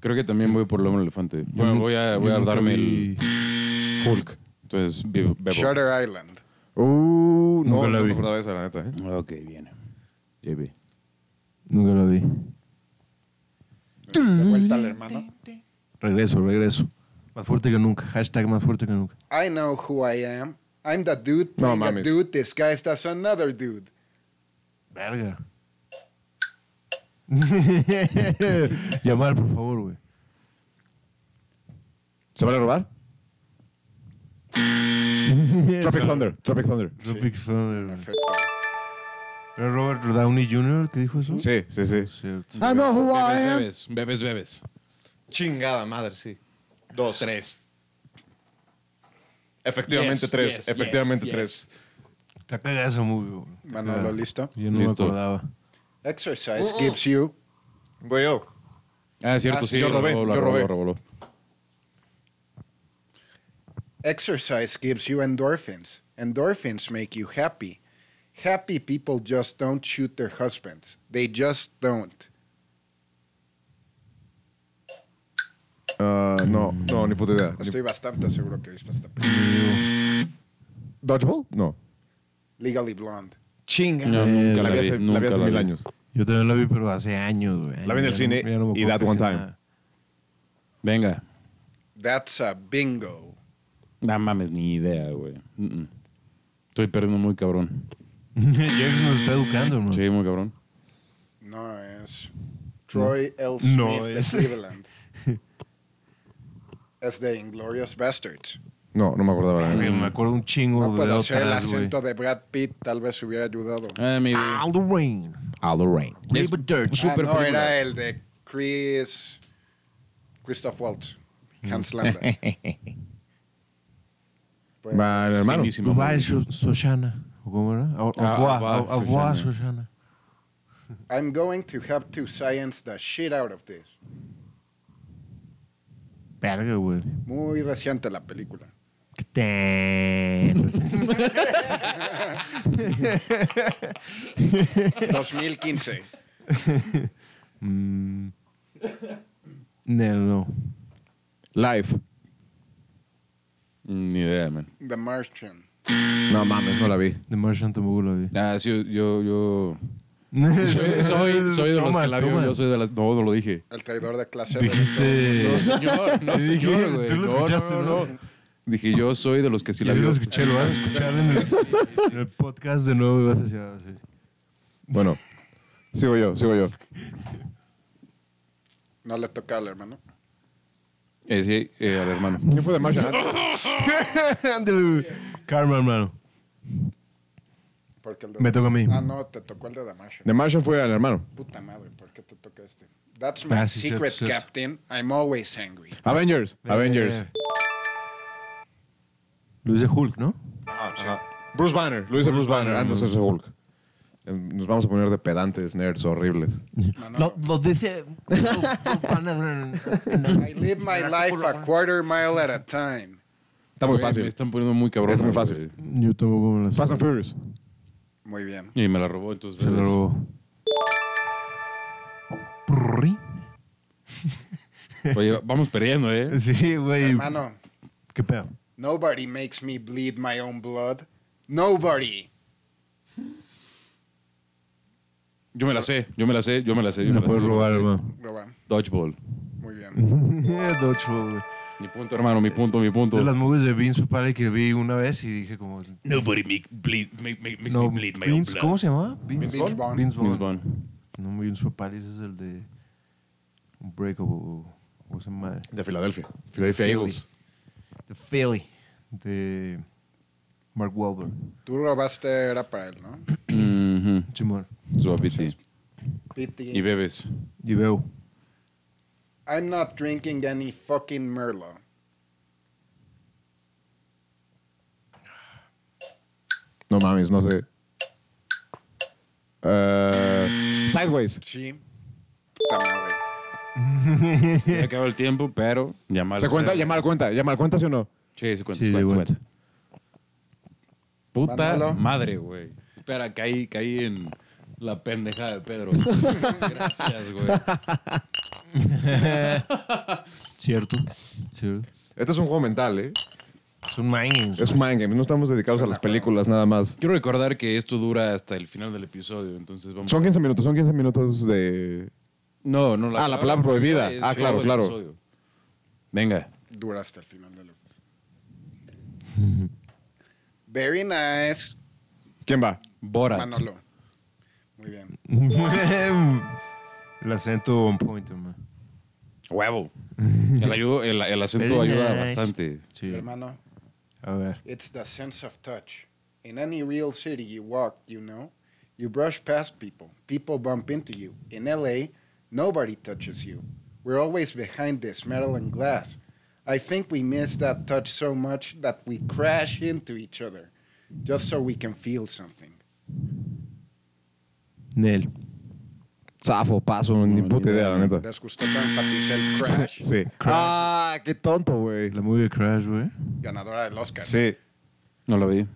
Speaker 3: Creo que también voy por el hombre elefante. Bueno,
Speaker 1: nu-
Speaker 3: voy a,
Speaker 1: yo
Speaker 3: voy a
Speaker 1: nunca
Speaker 3: darme
Speaker 1: vi-
Speaker 3: el Hulk. Entonces, bebo. bebo.
Speaker 4: Shutter Island.
Speaker 2: Uh, no,
Speaker 1: Nunca la
Speaker 2: no
Speaker 1: vi.
Speaker 2: me acordaba de esa, la neta. ¿eh?
Speaker 3: Ok, viene. JB.
Speaker 1: Nunca la vi.
Speaker 4: De vuelta al hermano.
Speaker 1: Regreso, regreso. Más fuerte que nunca. Hashtag más fuerte que nunca.
Speaker 4: I know who I am. I'm the dude
Speaker 2: No
Speaker 4: playing a
Speaker 2: mames.
Speaker 4: dude disguised as another dude.
Speaker 1: Verga. Llamar, por favor, güey.
Speaker 2: ¿Se vale robar? Tropic Thunder. Tropic Thunder.
Speaker 1: Tropic Thunder, güey.
Speaker 4: Perfecto.
Speaker 1: ¿Era Robert Downey Jr. que dijo eso?
Speaker 2: Sí, sí, sí.
Speaker 1: Cierto.
Speaker 2: Ah, no, who
Speaker 3: Bebes,
Speaker 2: Pues
Speaker 3: bebes, bebes.
Speaker 2: Chingada madre, sí. Dos. Tres. Efectivamente
Speaker 3: Yes,
Speaker 2: tres.
Speaker 3: yes,
Speaker 2: Efectivamente
Speaker 3: yes,
Speaker 2: tres.
Speaker 1: Está cagada esa movie, güey. Está
Speaker 4: Manolo,
Speaker 1: cagada.
Speaker 4: ¿listo?
Speaker 1: Yo no
Speaker 3: Listo.
Speaker 1: me acordaba.
Speaker 4: Exercise gives you.
Speaker 2: Voy yo.
Speaker 3: Ah, es cierto,
Speaker 4: Ah,
Speaker 3: sí.
Speaker 2: yo
Speaker 3: la
Speaker 2: robé,
Speaker 3: robó, la
Speaker 2: yo
Speaker 3: robó,
Speaker 2: robé.
Speaker 3: la robó.
Speaker 4: Exercise gives you endorphins. Endorphins make you happy. Happy people just don't shoot their husbands. They just don't.
Speaker 2: Ah, no, no, ni puta idea.
Speaker 4: Estoy bastante seguro que viste esta película.
Speaker 2: ¿Dodgeball? No.
Speaker 4: Legally Blonde.
Speaker 2: Chinga.
Speaker 3: No, nunca la
Speaker 2: la, vi
Speaker 3: vi,
Speaker 2: hace, la
Speaker 3: nunca
Speaker 2: vi hace
Speaker 3: la
Speaker 2: mil
Speaker 3: vi.
Speaker 2: años.
Speaker 1: Yo también la vi, pero hace años, güey.
Speaker 2: La vi en el
Speaker 1: Ya
Speaker 2: cine
Speaker 1: ya me
Speaker 2: y
Speaker 1: acuerdo
Speaker 2: That
Speaker 1: casi
Speaker 2: One Time.
Speaker 1: nada.
Speaker 3: Venga.
Speaker 4: That's a bingo.
Speaker 3: No mames, ni idea, güey. Mm, mm. Estoy perdiendo muy cabrón.
Speaker 1: James nos está educando,
Speaker 2: Mm.
Speaker 1: hermano. Eh,
Speaker 3: Sí, muy cabrón.
Speaker 4: No es Troy L. Smith
Speaker 1: Mm. No
Speaker 4: de
Speaker 1: es.
Speaker 4: Cleveland. es de Inglorious Bastards.
Speaker 2: No, no me acordaba. la
Speaker 1: Güey,
Speaker 2: neta.
Speaker 1: Me acuerdo un chingo
Speaker 4: No
Speaker 1: de
Speaker 4: puedo
Speaker 1: otras,
Speaker 4: hacer el
Speaker 1: güey.
Speaker 4: acento de Brad Pitt, tal vez hubiera ayudado.
Speaker 3: Ah, mi
Speaker 1: Alderaan.
Speaker 3: Alderaan. Es
Speaker 1: River Dirt.
Speaker 4: Ah,
Speaker 3: super
Speaker 4: no,
Speaker 3: película.
Speaker 4: era el de Chris. Christoph Waltz. Hans Landa. Pues,
Speaker 2: Va el hermano.
Speaker 3: Finísimo.
Speaker 1: Dubai Soshana. ¿O cómo era? Au- Au
Speaker 3: Ah, Au revoir,
Speaker 1: revoir, au revoir, Soshana.
Speaker 4: I'm going to have to science the shit out of this.
Speaker 1: Verga, güey.
Speaker 4: Muy reciente la película.
Speaker 1: Ten.
Speaker 4: 2015.
Speaker 1: No, no.
Speaker 2: Life.
Speaker 3: Mm, Ni idea, man.
Speaker 4: The Martian.
Speaker 2: No mames, no la vi.
Speaker 1: The Martian tampoco la vi.
Speaker 3: Ah, sí, yo, yo, yo
Speaker 1: Soy,
Speaker 3: soy, soy de los que
Speaker 1: Tomas,
Speaker 3: la vio,
Speaker 1: Tomas.
Speaker 3: yo soy de las... No, no lo dije.
Speaker 4: El traidor de clase del
Speaker 1: Dijiste.
Speaker 3: No, señor, no,
Speaker 1: Sí, dije,
Speaker 3: señor, güey.
Speaker 1: tú lo
Speaker 3: No,
Speaker 1: escuchaste,
Speaker 3: no,
Speaker 1: ¿no?
Speaker 3: no. Dije, yo soy de los que sí
Speaker 1: Yo
Speaker 3: la
Speaker 1: sí
Speaker 3: vio.
Speaker 1: lo escuché, lo vas a escuchar en el, en el podcast de nuevo y vas a decir, ah, sí.
Speaker 2: Bueno, sigo yo, sigo yo.
Speaker 4: Estado. No le toca al hermano.
Speaker 3: Eh, sí, eh, al hermano.
Speaker 2: ¿Quién fue de Martian?
Speaker 1: Ándale, güey. Karma, hermano.
Speaker 4: Porque el de-
Speaker 1: Me toca a mí.
Speaker 4: Ah, no, te tocó el de The Martian.
Speaker 2: De Martian fue al hermano.
Speaker 4: Puta madre, ¿por qué te toca este? That's my
Speaker 1: Ah, sí, cierto,
Speaker 4: secret,
Speaker 1: cierto.
Speaker 4: Captain. I'm always angry.
Speaker 2: Avengers. Avengers.
Speaker 1: Lo dice Hulk, ¿no?
Speaker 2: Bruce Banner. Lo dice Bruce Banner antes de ser Hulk. Eh, Nos vamos a poner de pedantes, nerds horribles.
Speaker 4: Ah,
Speaker 1: Lo, lo dice.
Speaker 4: I live my life a quarter mile at a time.
Speaker 2: Está muy
Speaker 3: Güey, Me
Speaker 2: fácil.
Speaker 3: están poniendo muy cabrón.
Speaker 2: Es muy fácil.
Speaker 3: güey.
Speaker 1: Yo tampoco me la sé.
Speaker 2: Fast and Furious.
Speaker 4: Muy bien.
Speaker 3: Y me la robó, entonces...
Speaker 1: Se lo robó. Prrrí.
Speaker 3: Oye, vamos perdiendo, ¿eh?
Speaker 1: Sí, güey.
Speaker 4: Hermano,
Speaker 1: ¿Qué pedo?
Speaker 4: Nobody makes me bleed my own blood. Nobody.
Speaker 2: Yo me la sé, yo me la sé, yo me la sé. yo
Speaker 1: No
Speaker 2: me la
Speaker 1: puedes
Speaker 2: sé, yo me la
Speaker 1: robar,
Speaker 2: sé.
Speaker 1: hermano.
Speaker 4: Lo va.
Speaker 2: Dodgeball.
Speaker 4: Muy bien.
Speaker 1: Dodgeball, güey.
Speaker 2: Mi punto, hermano, mi punto, mi punto.
Speaker 1: De las movies de Vince Papale que vi una vez y dije como...
Speaker 6: Nobody make bleed, make, make, makes
Speaker 1: No,
Speaker 6: me bleed my
Speaker 1: Vince,
Speaker 6: own blood.
Speaker 1: ¿cómo se llamaba?
Speaker 4: Vince Vince Vaughn. Vaughn.
Speaker 1: Vince Vaughn.
Speaker 2: Vince Vaughn.
Speaker 1: No, Vince Papale ese es el de Unbreakable o- o esa madre.
Speaker 2: De Filadelfia. Filadelfia Eagles.
Speaker 1: De Philly. De Mark Wahlberg.
Speaker 4: Tú robaste era para él, ¿no?
Speaker 2: Mhm.
Speaker 1: Simón.
Speaker 2: Suapiti.
Speaker 4: Piti.
Speaker 2: Y bebes.
Speaker 1: Y veo.
Speaker 4: I'm not drinking any fucking Merlot.
Speaker 2: No mames, no sé. Eh, sideways.
Speaker 4: Sí. Puta madre.
Speaker 3: Me acabó el tiempo, pero llamar.
Speaker 2: ¿Se cuenta? Llama al cuenta. ¿Llama al cuenta, sí o no?
Speaker 3: Sí, se cuenta.
Speaker 1: Sí,
Speaker 3: se cuenta, se
Speaker 1: güey.
Speaker 3: cuenta. Puta
Speaker 4: Manolo.
Speaker 3: madre, güey. Espera, caí, caí en la pendejada de Pedro. Gracias, güey.
Speaker 1: Cierto. Cierto.
Speaker 2: Este es un juego mental, ¿eh?
Speaker 1: Son minds.
Speaker 2: Es un mind game. No estamos dedicados a las películas nada más.
Speaker 3: Quiero recordar que esto dura hasta el final del episodio, entonces vamos.
Speaker 2: Son 15 minutos, son 15 minutos de...
Speaker 3: No, no
Speaker 2: Ah, la palabra prohibida.
Speaker 3: es
Speaker 2: Ah, claro,
Speaker 3: todo el
Speaker 2: claro.
Speaker 3: episodio. Venga.
Speaker 4: Dura hasta el final del. Very nice,
Speaker 2: ¿Quién va?
Speaker 3: Borat.
Speaker 4: Manolo. Muy bien.
Speaker 1: El acento on point, hermano.
Speaker 3: Huevo. El, ayudo- el, el acento
Speaker 1: Very
Speaker 3: ayuda
Speaker 1: nice.
Speaker 3: bastante.
Speaker 1: Sí.
Speaker 4: Hermano,
Speaker 1: A ver.
Speaker 4: it's the sense of touch. In any real city you walk, you know, you brush past people, people bump into you. In LA, nobody touches you. We're always behind this metal and glass. I think we miss that touch so much that we crash into each other just so we can feel something.
Speaker 1: Nel.
Speaker 2: Zafo, paso, ni puta idea, la neta.
Speaker 4: ¿Les gustó tan enfatizar el crash?
Speaker 2: Mm. Sí. Ah, qué tonto, güey.
Speaker 1: La movie de Crash, güey.
Speaker 4: Ganadora del Oscar.
Speaker 2: Sí.
Speaker 3: No lo vi.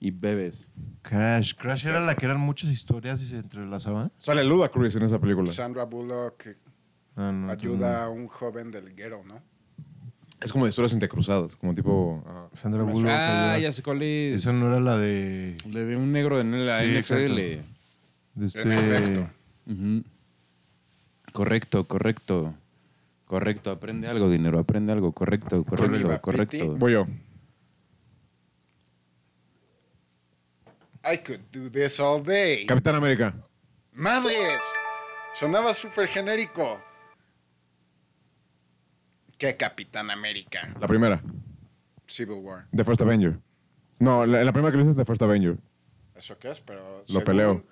Speaker 3: Y bebes.
Speaker 1: Crash. Crash era la que eran muchas historias y se entrelazaban.
Speaker 2: Sale Ludacris en esa película.
Speaker 4: Sandra Bullock
Speaker 1: Ah,
Speaker 2: Mm-hmm.
Speaker 1: no.
Speaker 4: ayuda a un joven del guero, ¿no?
Speaker 2: Es como de historias entrecruzadas, como tipo... ah.
Speaker 1: Sandra Bullock.
Speaker 3: Ah,
Speaker 1: ayuda.
Speaker 3: ya sé cuál es.
Speaker 1: Esa no era la de...
Speaker 3: Le de un negro en la
Speaker 1: Sí,
Speaker 3: NFL.
Speaker 1: de este...
Speaker 4: efecto.
Speaker 3: Ujú. Correcto, correcto. Correcto, aprende algo, dinero, aprende algo, correcto, correcto,
Speaker 4: iba,
Speaker 3: correcto.
Speaker 2: Voy yo.
Speaker 4: I could do this all day.
Speaker 2: Capitán América.
Speaker 4: ¡Madres! Sonaba súper genérico. ¿Qué Capitán América?
Speaker 2: La primera.
Speaker 4: Civil War.
Speaker 2: The First Avenger. No, la, la primera que lo hice es The First Avenger.
Speaker 4: ¿Eso qué es? Pero
Speaker 2: Lo
Speaker 4: según
Speaker 2: peleo.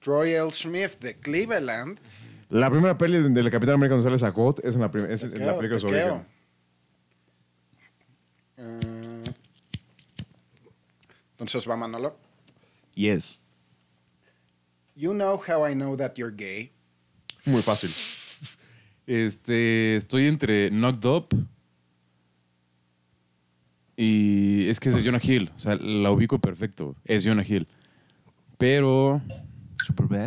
Speaker 4: Troy L. Smith de Cleveland.
Speaker 2: La primera peli de, de Capitán América donde sale Zagot es en la, prim- es en la
Speaker 4: Tequeo,
Speaker 2: película de su
Speaker 4: tequeo.
Speaker 2: origen.
Speaker 4: Eh, Entonces va Manolo.
Speaker 3: Yes.
Speaker 4: You know how I know that you're gay.
Speaker 2: Muy fácil.
Speaker 3: Este, estoy entre Knocked Up y es que es de Jonah Hill, o sea, la ubico perfecto, es Jonah Hill. Pero
Speaker 1: Superbad.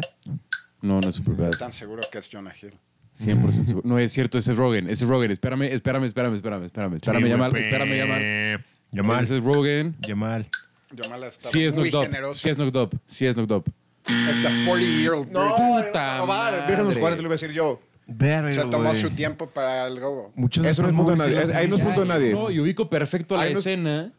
Speaker 3: no, no es Superbad.
Speaker 4: Tan seguro que es Jonah Hill.
Speaker 3: 100% seguro. No es cierto, ese es Rogan, ese es Rogan. Espérame, espérame, espérame, espérame, espérame, espérame, Yamal,
Speaker 2: pues,
Speaker 3: espérame, Yamal.
Speaker 1: Yamal.
Speaker 3: Ese es Rogan.
Speaker 1: Yamal.
Speaker 4: Yamal está
Speaker 3: Sí es
Speaker 4: muy
Speaker 3: Knocked Up,
Speaker 4: generoso.
Speaker 3: sí es Knocked Up, sí es Knocked Up.
Speaker 4: Es the 40-year-old virgin.
Speaker 3: Puta madre.
Speaker 2: Virgen de los 40 le iba a decir yo.
Speaker 1: Verga,
Speaker 4: Se tomó
Speaker 1: güey.
Speaker 4: su tiempo para el gobo.
Speaker 1: Muchas de
Speaker 2: Eso no es
Speaker 1: estas
Speaker 2: punto de
Speaker 1: movies
Speaker 2: nadie.
Speaker 1: sí
Speaker 2: Es- ahí
Speaker 1: las
Speaker 2: no es
Speaker 1: vi.
Speaker 2: punto de nadie.
Speaker 3: No, y ubico perfecto la
Speaker 2: Ahí no es-
Speaker 3: escena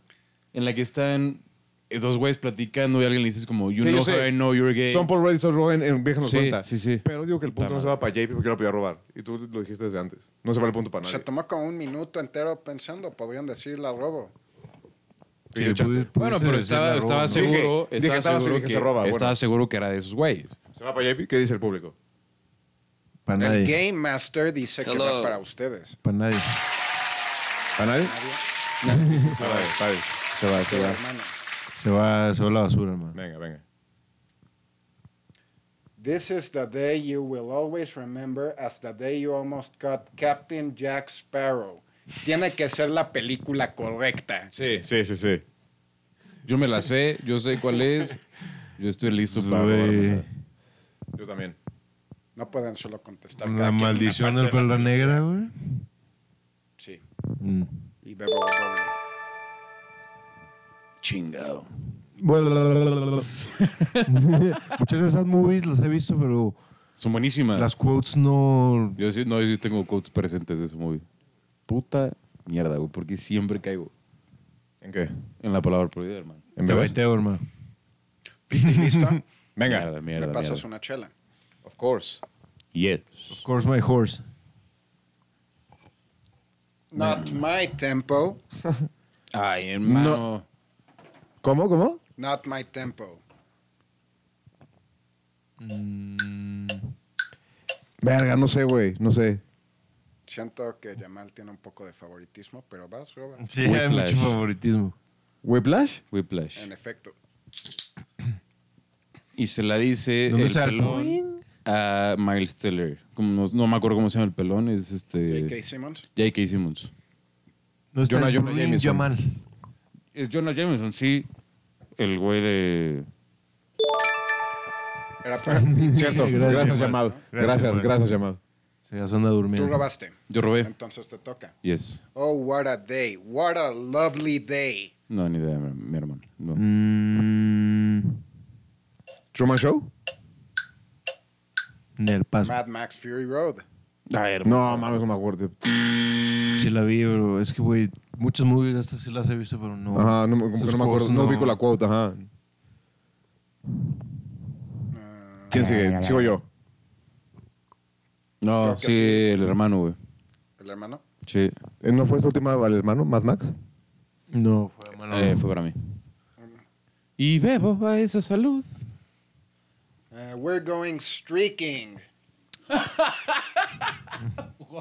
Speaker 3: en la que están eh, dos güeyes platicando y alguien le dices como, you
Speaker 2: Sí, yo
Speaker 3: know how
Speaker 2: sé.
Speaker 3: I know you're gay.
Speaker 2: Son Paul Rudd y Seth Rogen en Virgen de los
Speaker 3: Sí,
Speaker 2: 40.
Speaker 3: sí, sí.
Speaker 2: Pero digo que el punto
Speaker 3: Puta
Speaker 2: no se va para JP porque yo lo podía robar. Y tú lo dijiste desde antes. No se va el punto para
Speaker 4: Se
Speaker 2: nadie.
Speaker 4: tomó como un minuto entero pensando, podrían decirle al robo.
Speaker 1: Sí,
Speaker 2: Pide chance.
Speaker 1: pude- pude
Speaker 3: Bueno,
Speaker 1: ser
Speaker 3: pero
Speaker 1: de
Speaker 3: estaba,
Speaker 1: Sierra
Speaker 3: estaba
Speaker 1: Roja, ¿no?
Speaker 2: Dije-
Speaker 3: seguro,
Speaker 2: dije,
Speaker 3: estaba, seguro
Speaker 2: estaba seguro
Speaker 3: que,
Speaker 2: que se roba, bueno.
Speaker 3: estaba seguro que era de esos güeyes.
Speaker 2: ¿Se va para JP? ¿Qué dice el público?
Speaker 1: Para
Speaker 4: El
Speaker 1: nadie.
Speaker 4: Game Master dice que va para ustedes.
Speaker 1: Para nadie.
Speaker 2: ¿Para nadie? Se va, está bien.
Speaker 3: Se va, se va.
Speaker 4: Hermano,
Speaker 1: Se va, se va a la basura, hermano.
Speaker 2: Venga, venga.
Speaker 4: This is the day you will always remember as the day you almost got Captain Jack Sparrow. Tiene que ser la película correcta.
Speaker 2: Sí, sí, sí, sí.
Speaker 3: Yo me la sé, yo sé cuál es. Yo estoy listo para
Speaker 1: Güey.
Speaker 3: robarme.
Speaker 2: Yo también.
Speaker 4: No pueden solo contestar. cada
Speaker 1: La
Speaker 4: quien una
Speaker 1: maldición
Speaker 4: parte
Speaker 1: del
Speaker 4: de la
Speaker 1: perla
Speaker 4: película.
Speaker 1: negra, güey.
Speaker 4: Sí.
Speaker 1: Mm.
Speaker 4: y bebe la doble.
Speaker 6: Chingado.
Speaker 1: Muchas de esas movies las he visto, pero
Speaker 3: Son buenísimas.
Speaker 1: las quotes no.
Speaker 3: Yo sí, no, yo sí tengo quotes presentes de ese movie. Puta mierda, güey, porque siempre caigo
Speaker 2: ¿En qué?
Speaker 3: en la palabra prohibida, hermano.
Speaker 2: ¿En
Speaker 1: Te
Speaker 2: bebés?
Speaker 1: baiteo, hermano.
Speaker 4: Piti, ¿listo?
Speaker 2: Venga.
Speaker 3: Mierda, mierda,
Speaker 4: Me pasas
Speaker 3: mierda.
Speaker 4: una chela.
Speaker 2: Of course.
Speaker 3: Yes.
Speaker 1: Of course, my horse.
Speaker 4: Not my tempo.
Speaker 3: Ay, hermano.
Speaker 2: ¿Cómo? ¿Cómo?
Speaker 4: Not my tempo.
Speaker 1: Mm,
Speaker 2: Verga, no sé, güey. No sé.
Speaker 4: Siento que Yamal tiene un poco de favoritismo, pero vas, Robert.
Speaker 1: Sí,
Speaker 3: hay
Speaker 1: hay
Speaker 3: mucho
Speaker 1: mucho favoritismo.
Speaker 2: ¿Whiplash?
Speaker 3: Whiplash.
Speaker 4: En efecto.
Speaker 3: Y se la dice
Speaker 1: ¿Dónde
Speaker 3: el
Speaker 1: se hartó?
Speaker 3: pelón a Miles Teller. Como no, no me acuerdo cómo se llama el pelón, es
Speaker 4: J.K.
Speaker 3: este...
Speaker 4: Simmons.
Speaker 3: J.K. Simmons.
Speaker 1: No está
Speaker 2: Jonah-
Speaker 1: en
Speaker 2: Jonah
Speaker 1: Blin,
Speaker 2: Jameson.
Speaker 1: Jamal.
Speaker 3: Es Jonah Jameson, sí. El güey de...
Speaker 4: Era para ti.
Speaker 2: Cierto.
Speaker 1: Gracias,
Speaker 2: Gracias,
Speaker 1: Yamal.
Speaker 2: llamado. Gracias,
Speaker 1: Yamal.
Speaker 2: gracias, llamado.
Speaker 1: Se ya se anda
Speaker 4: Tú
Speaker 1: durmiendo.
Speaker 4: robaste.
Speaker 3: Yo robé.
Speaker 4: Entonces te toca.
Speaker 3: Yes.
Speaker 4: Oh, what a day. What a lovely day.
Speaker 3: No, ni idea, mi mi hermano. No.
Speaker 1: Mm,
Speaker 2: ¿Truman Show?
Speaker 1: en el paso.
Speaker 4: Mad Max Fury Road.
Speaker 2: No, mames, no me acuerdo.
Speaker 1: Sí la vi, pero es que, güey, muchas movies estas sí las he visto, pero no.
Speaker 2: Ajá, no, me- como que
Speaker 1: Sus
Speaker 2: no me acuerdo.
Speaker 1: quotes
Speaker 2: No ubico la cuota, ajá. ¿Quién sigue? Sigo yo.
Speaker 3: No,
Speaker 4: Creo que
Speaker 3: sí, el hermano, güey.
Speaker 4: ¿El hermano?
Speaker 3: Sí.
Speaker 2: ¿Eh, ¿No fue esta última al hermano, Mad Max?
Speaker 1: Ah, No, fue malo.
Speaker 3: Eh, fue para mí. Y bebo a esa salud.
Speaker 4: Uh, we're going streaking.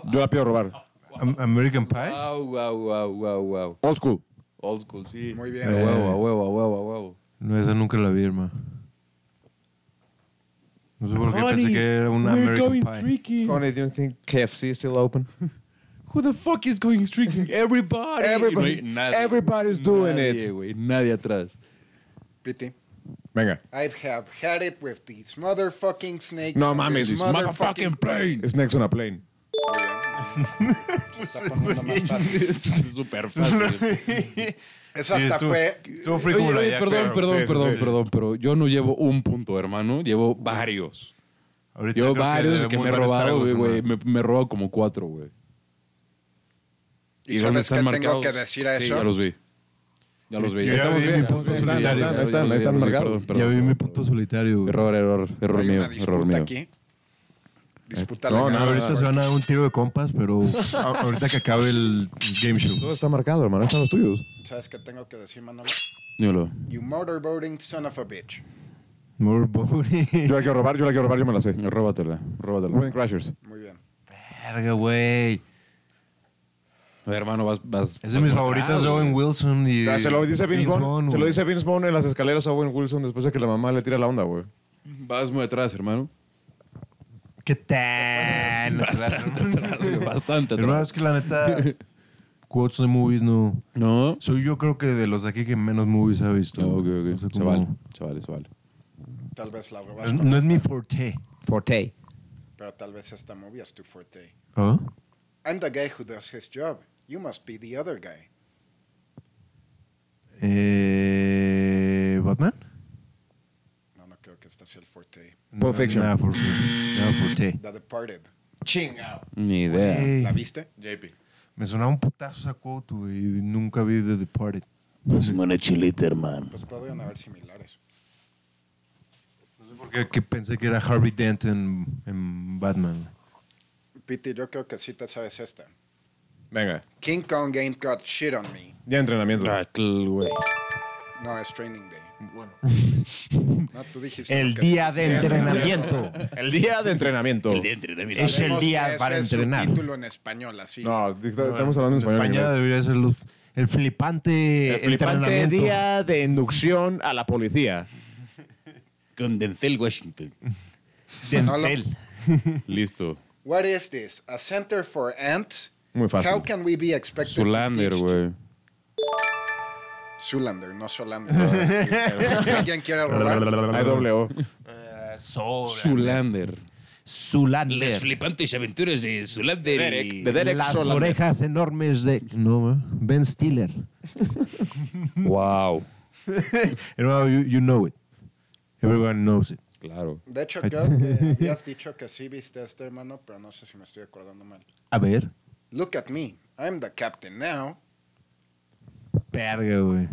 Speaker 2: Yo la pido robar.
Speaker 1: Am- American Pie.
Speaker 3: Wow, wow, wow, wow, wow.
Speaker 2: Old School.
Speaker 3: Old school, sí.
Speaker 4: Muy
Speaker 3: A
Speaker 4: bien.
Speaker 1: Eh.
Speaker 3: huevo, a huevo, a huevo, a huevo.
Speaker 1: No, esa nunca la vi, hermano. No sé por qué pensé que era una American Pie.
Speaker 3: streaking.
Speaker 2: Honey, do you think KFC is still open?
Speaker 3: Who the fuck is going streaking? Everybody.
Speaker 2: Everybody-
Speaker 3: Y no hay nadie,
Speaker 2: everybody's
Speaker 3: güey.
Speaker 2: doing
Speaker 3: Nadie,
Speaker 2: it.
Speaker 3: güey, nadie atrás.
Speaker 4: Piti.
Speaker 2: Venga.
Speaker 4: I have had it with these motherfucking snakes.
Speaker 2: No
Speaker 4: on
Speaker 2: mames,
Speaker 4: this
Speaker 2: these
Speaker 4: motherfucking plane.
Speaker 2: Snakes on a plane.
Speaker 4: Está poniendo más fácil.
Speaker 3: es súper fácil.
Speaker 4: Eso
Speaker 1: Sí,
Speaker 4: hasta
Speaker 1: estuvo-
Speaker 4: fue.
Speaker 1: estuvo
Speaker 3: Oye,
Speaker 1: free como la
Speaker 3: oye,
Speaker 1: Jack
Speaker 3: perdón,
Speaker 1: Sparrow.
Speaker 3: perdón,
Speaker 2: Sí, sí,
Speaker 3: perdón,
Speaker 2: sí.
Speaker 3: perdón, pero yo no llevo un punto, hermano. Llevo varios.
Speaker 1: Ahorita
Speaker 3: Llevo
Speaker 1: creo que
Speaker 3: varios que,
Speaker 1: debemos
Speaker 3: me he
Speaker 1: varios
Speaker 3: robado,
Speaker 1: tragos,
Speaker 3: güey, güey.
Speaker 1: hermano.
Speaker 3: Me, me he robado como cuatro, güey.
Speaker 4: ¿Y, sabes qué tengo que decir a
Speaker 3: Sí,
Speaker 4: eso?
Speaker 3: ya los vi. Ya los vi.
Speaker 1: Yo ya vi mi punto
Speaker 3: Sí, sí, ya,
Speaker 1: solitario.
Speaker 3: ya, ya,
Speaker 2: Ahí
Speaker 3: ya,
Speaker 2: están, ahí
Speaker 3: ya,
Speaker 2: están
Speaker 3: ya,
Speaker 2: marcados.
Speaker 3: perdón,
Speaker 1: ya
Speaker 3: perdón,
Speaker 1: vi mi
Speaker 3: perdón,
Speaker 1: punto
Speaker 3: perdón.
Speaker 1: solitario, güey.
Speaker 3: Error, error, error
Speaker 4: Hay
Speaker 3: mío,
Speaker 4: una
Speaker 3: error
Speaker 4: disputa
Speaker 3: mío.
Speaker 4: aquí. Disputa
Speaker 2: No,
Speaker 4: legal.
Speaker 2: no,
Speaker 1: Ahorita se van a dar un tiro de compas, pero a- ahorita que acabe el game
Speaker 2: Todo
Speaker 1: show.
Speaker 2: está marcado, hermano. Ahí están los tuyos.
Speaker 4: ¿Sabes qué tengo que decir, Manolo?
Speaker 3: Dímelo.
Speaker 4: You motorboating son of a bitch.
Speaker 1: More boring.
Speaker 2: Yo la quiero robar, yo la quiero robar, yo me la sé.
Speaker 3: Róbatela, róbatela.
Speaker 2: Wedding Crashers.
Speaker 4: Muy bien.
Speaker 1: Verga, güey.
Speaker 3: A ver, hermano, vas, vas.
Speaker 1: Es de mis favoritas de Owen Wilson y
Speaker 2: Ah, se lo dice Vince
Speaker 1: Vince
Speaker 2: Vaughn. Se lo
Speaker 1: güey.
Speaker 2: dice Vince Vaughn en las escaleras a Owen Wilson después de que la mamá le tira la onda, güey.
Speaker 3: Vas muy atrás, hermano.
Speaker 1: ¿Qué tal? Bastante
Speaker 3: Bastante
Speaker 1: Hermano,
Speaker 3: atrás.
Speaker 1: es que la neta, quotes de movies no...
Speaker 3: No.
Speaker 1: Soy yo creo que de los de aquí que menos movies ha visto.
Speaker 3: No, ok,
Speaker 1: No,
Speaker 3: ok.
Speaker 1: sé
Speaker 3: Se
Speaker 1: cómo-
Speaker 3: vale, se vale, se vale.
Speaker 4: Tal vez la robas,
Speaker 1: Pues No- no es mi forte.
Speaker 5: Forte.
Speaker 4: pero tal vez esta movie es tu fuerte.
Speaker 1: ¿Ah?
Speaker 4: I'm the guy who does his job. You must be the other guy.
Speaker 1: Eh, ¿Batman?
Speaker 4: No, no creo que esta sea el fuerte.
Speaker 2: Pulp Fiction.
Speaker 1: Nada forte. Nada forte.
Speaker 4: The Departed.
Speaker 3: Ni idea.
Speaker 1: Ey,
Speaker 4: ¿La viste?
Speaker 1: me sonaba un putazo esa quote, güey, y nunca vi The Departed.
Speaker 6: Pásame una chilita, Pues, hermano.
Speaker 4: Pues podrían haber similares.
Speaker 1: No sé por qué que pensé que era Harvey Dent en, en Batman.
Speaker 4: Piti, yo creo que sí te sabes esta.
Speaker 2: Venga.
Speaker 4: King Kong ain't got shit on me.
Speaker 2: Ya entrenamiento.
Speaker 3: Ah, cl- güey.
Speaker 4: No, es Training Day. Bueno. No, tú dijiste
Speaker 5: El
Speaker 4: que-
Speaker 5: día de entrenamiento.
Speaker 2: El día de entrenamiento.
Speaker 6: El de entrenamiento.
Speaker 5: Es el
Speaker 4: Sabemos que
Speaker 5: día
Speaker 4: ese
Speaker 5: para
Speaker 4: es su
Speaker 5: entrenar.
Speaker 4: título en español, así.
Speaker 2: No, di- estamos hablando en español.
Speaker 1: España
Speaker 2: inglés.
Speaker 1: debería ser los- el flipante
Speaker 2: El flipante
Speaker 1: entrenamiento.
Speaker 2: día de inducción a la policía.
Speaker 6: Con Denzel Washington.
Speaker 4: Manolo.
Speaker 3: Listo.
Speaker 4: What is this? A center for ants?
Speaker 2: Muy fácil.
Speaker 4: How can we be expected
Speaker 3: Zulander,
Speaker 4: to teach
Speaker 3: güey.
Speaker 4: Zulander, no Solander. ¿Alguien quiere robar?
Speaker 2: Hay doble O.
Speaker 1: Sol.
Speaker 3: Zulander.
Speaker 6: Las
Speaker 5: Zulander.
Speaker 6: flipantes aventuras de Zulander. y-
Speaker 2: De Derek
Speaker 5: Las
Speaker 2: Solander.
Speaker 5: orejas enormes de.
Speaker 1: No, ma. Ben Stiller.
Speaker 3: Wow.
Speaker 1: Hermano, you, you know it. Everyone knows it.
Speaker 3: Claro.
Speaker 4: De hecho, creo que habías dicho que sí viste a este hermano, pero no sé si me estoy acordando mal.
Speaker 1: A ver.
Speaker 4: Look at me. I'm the captain now.
Speaker 1: Verga, güey.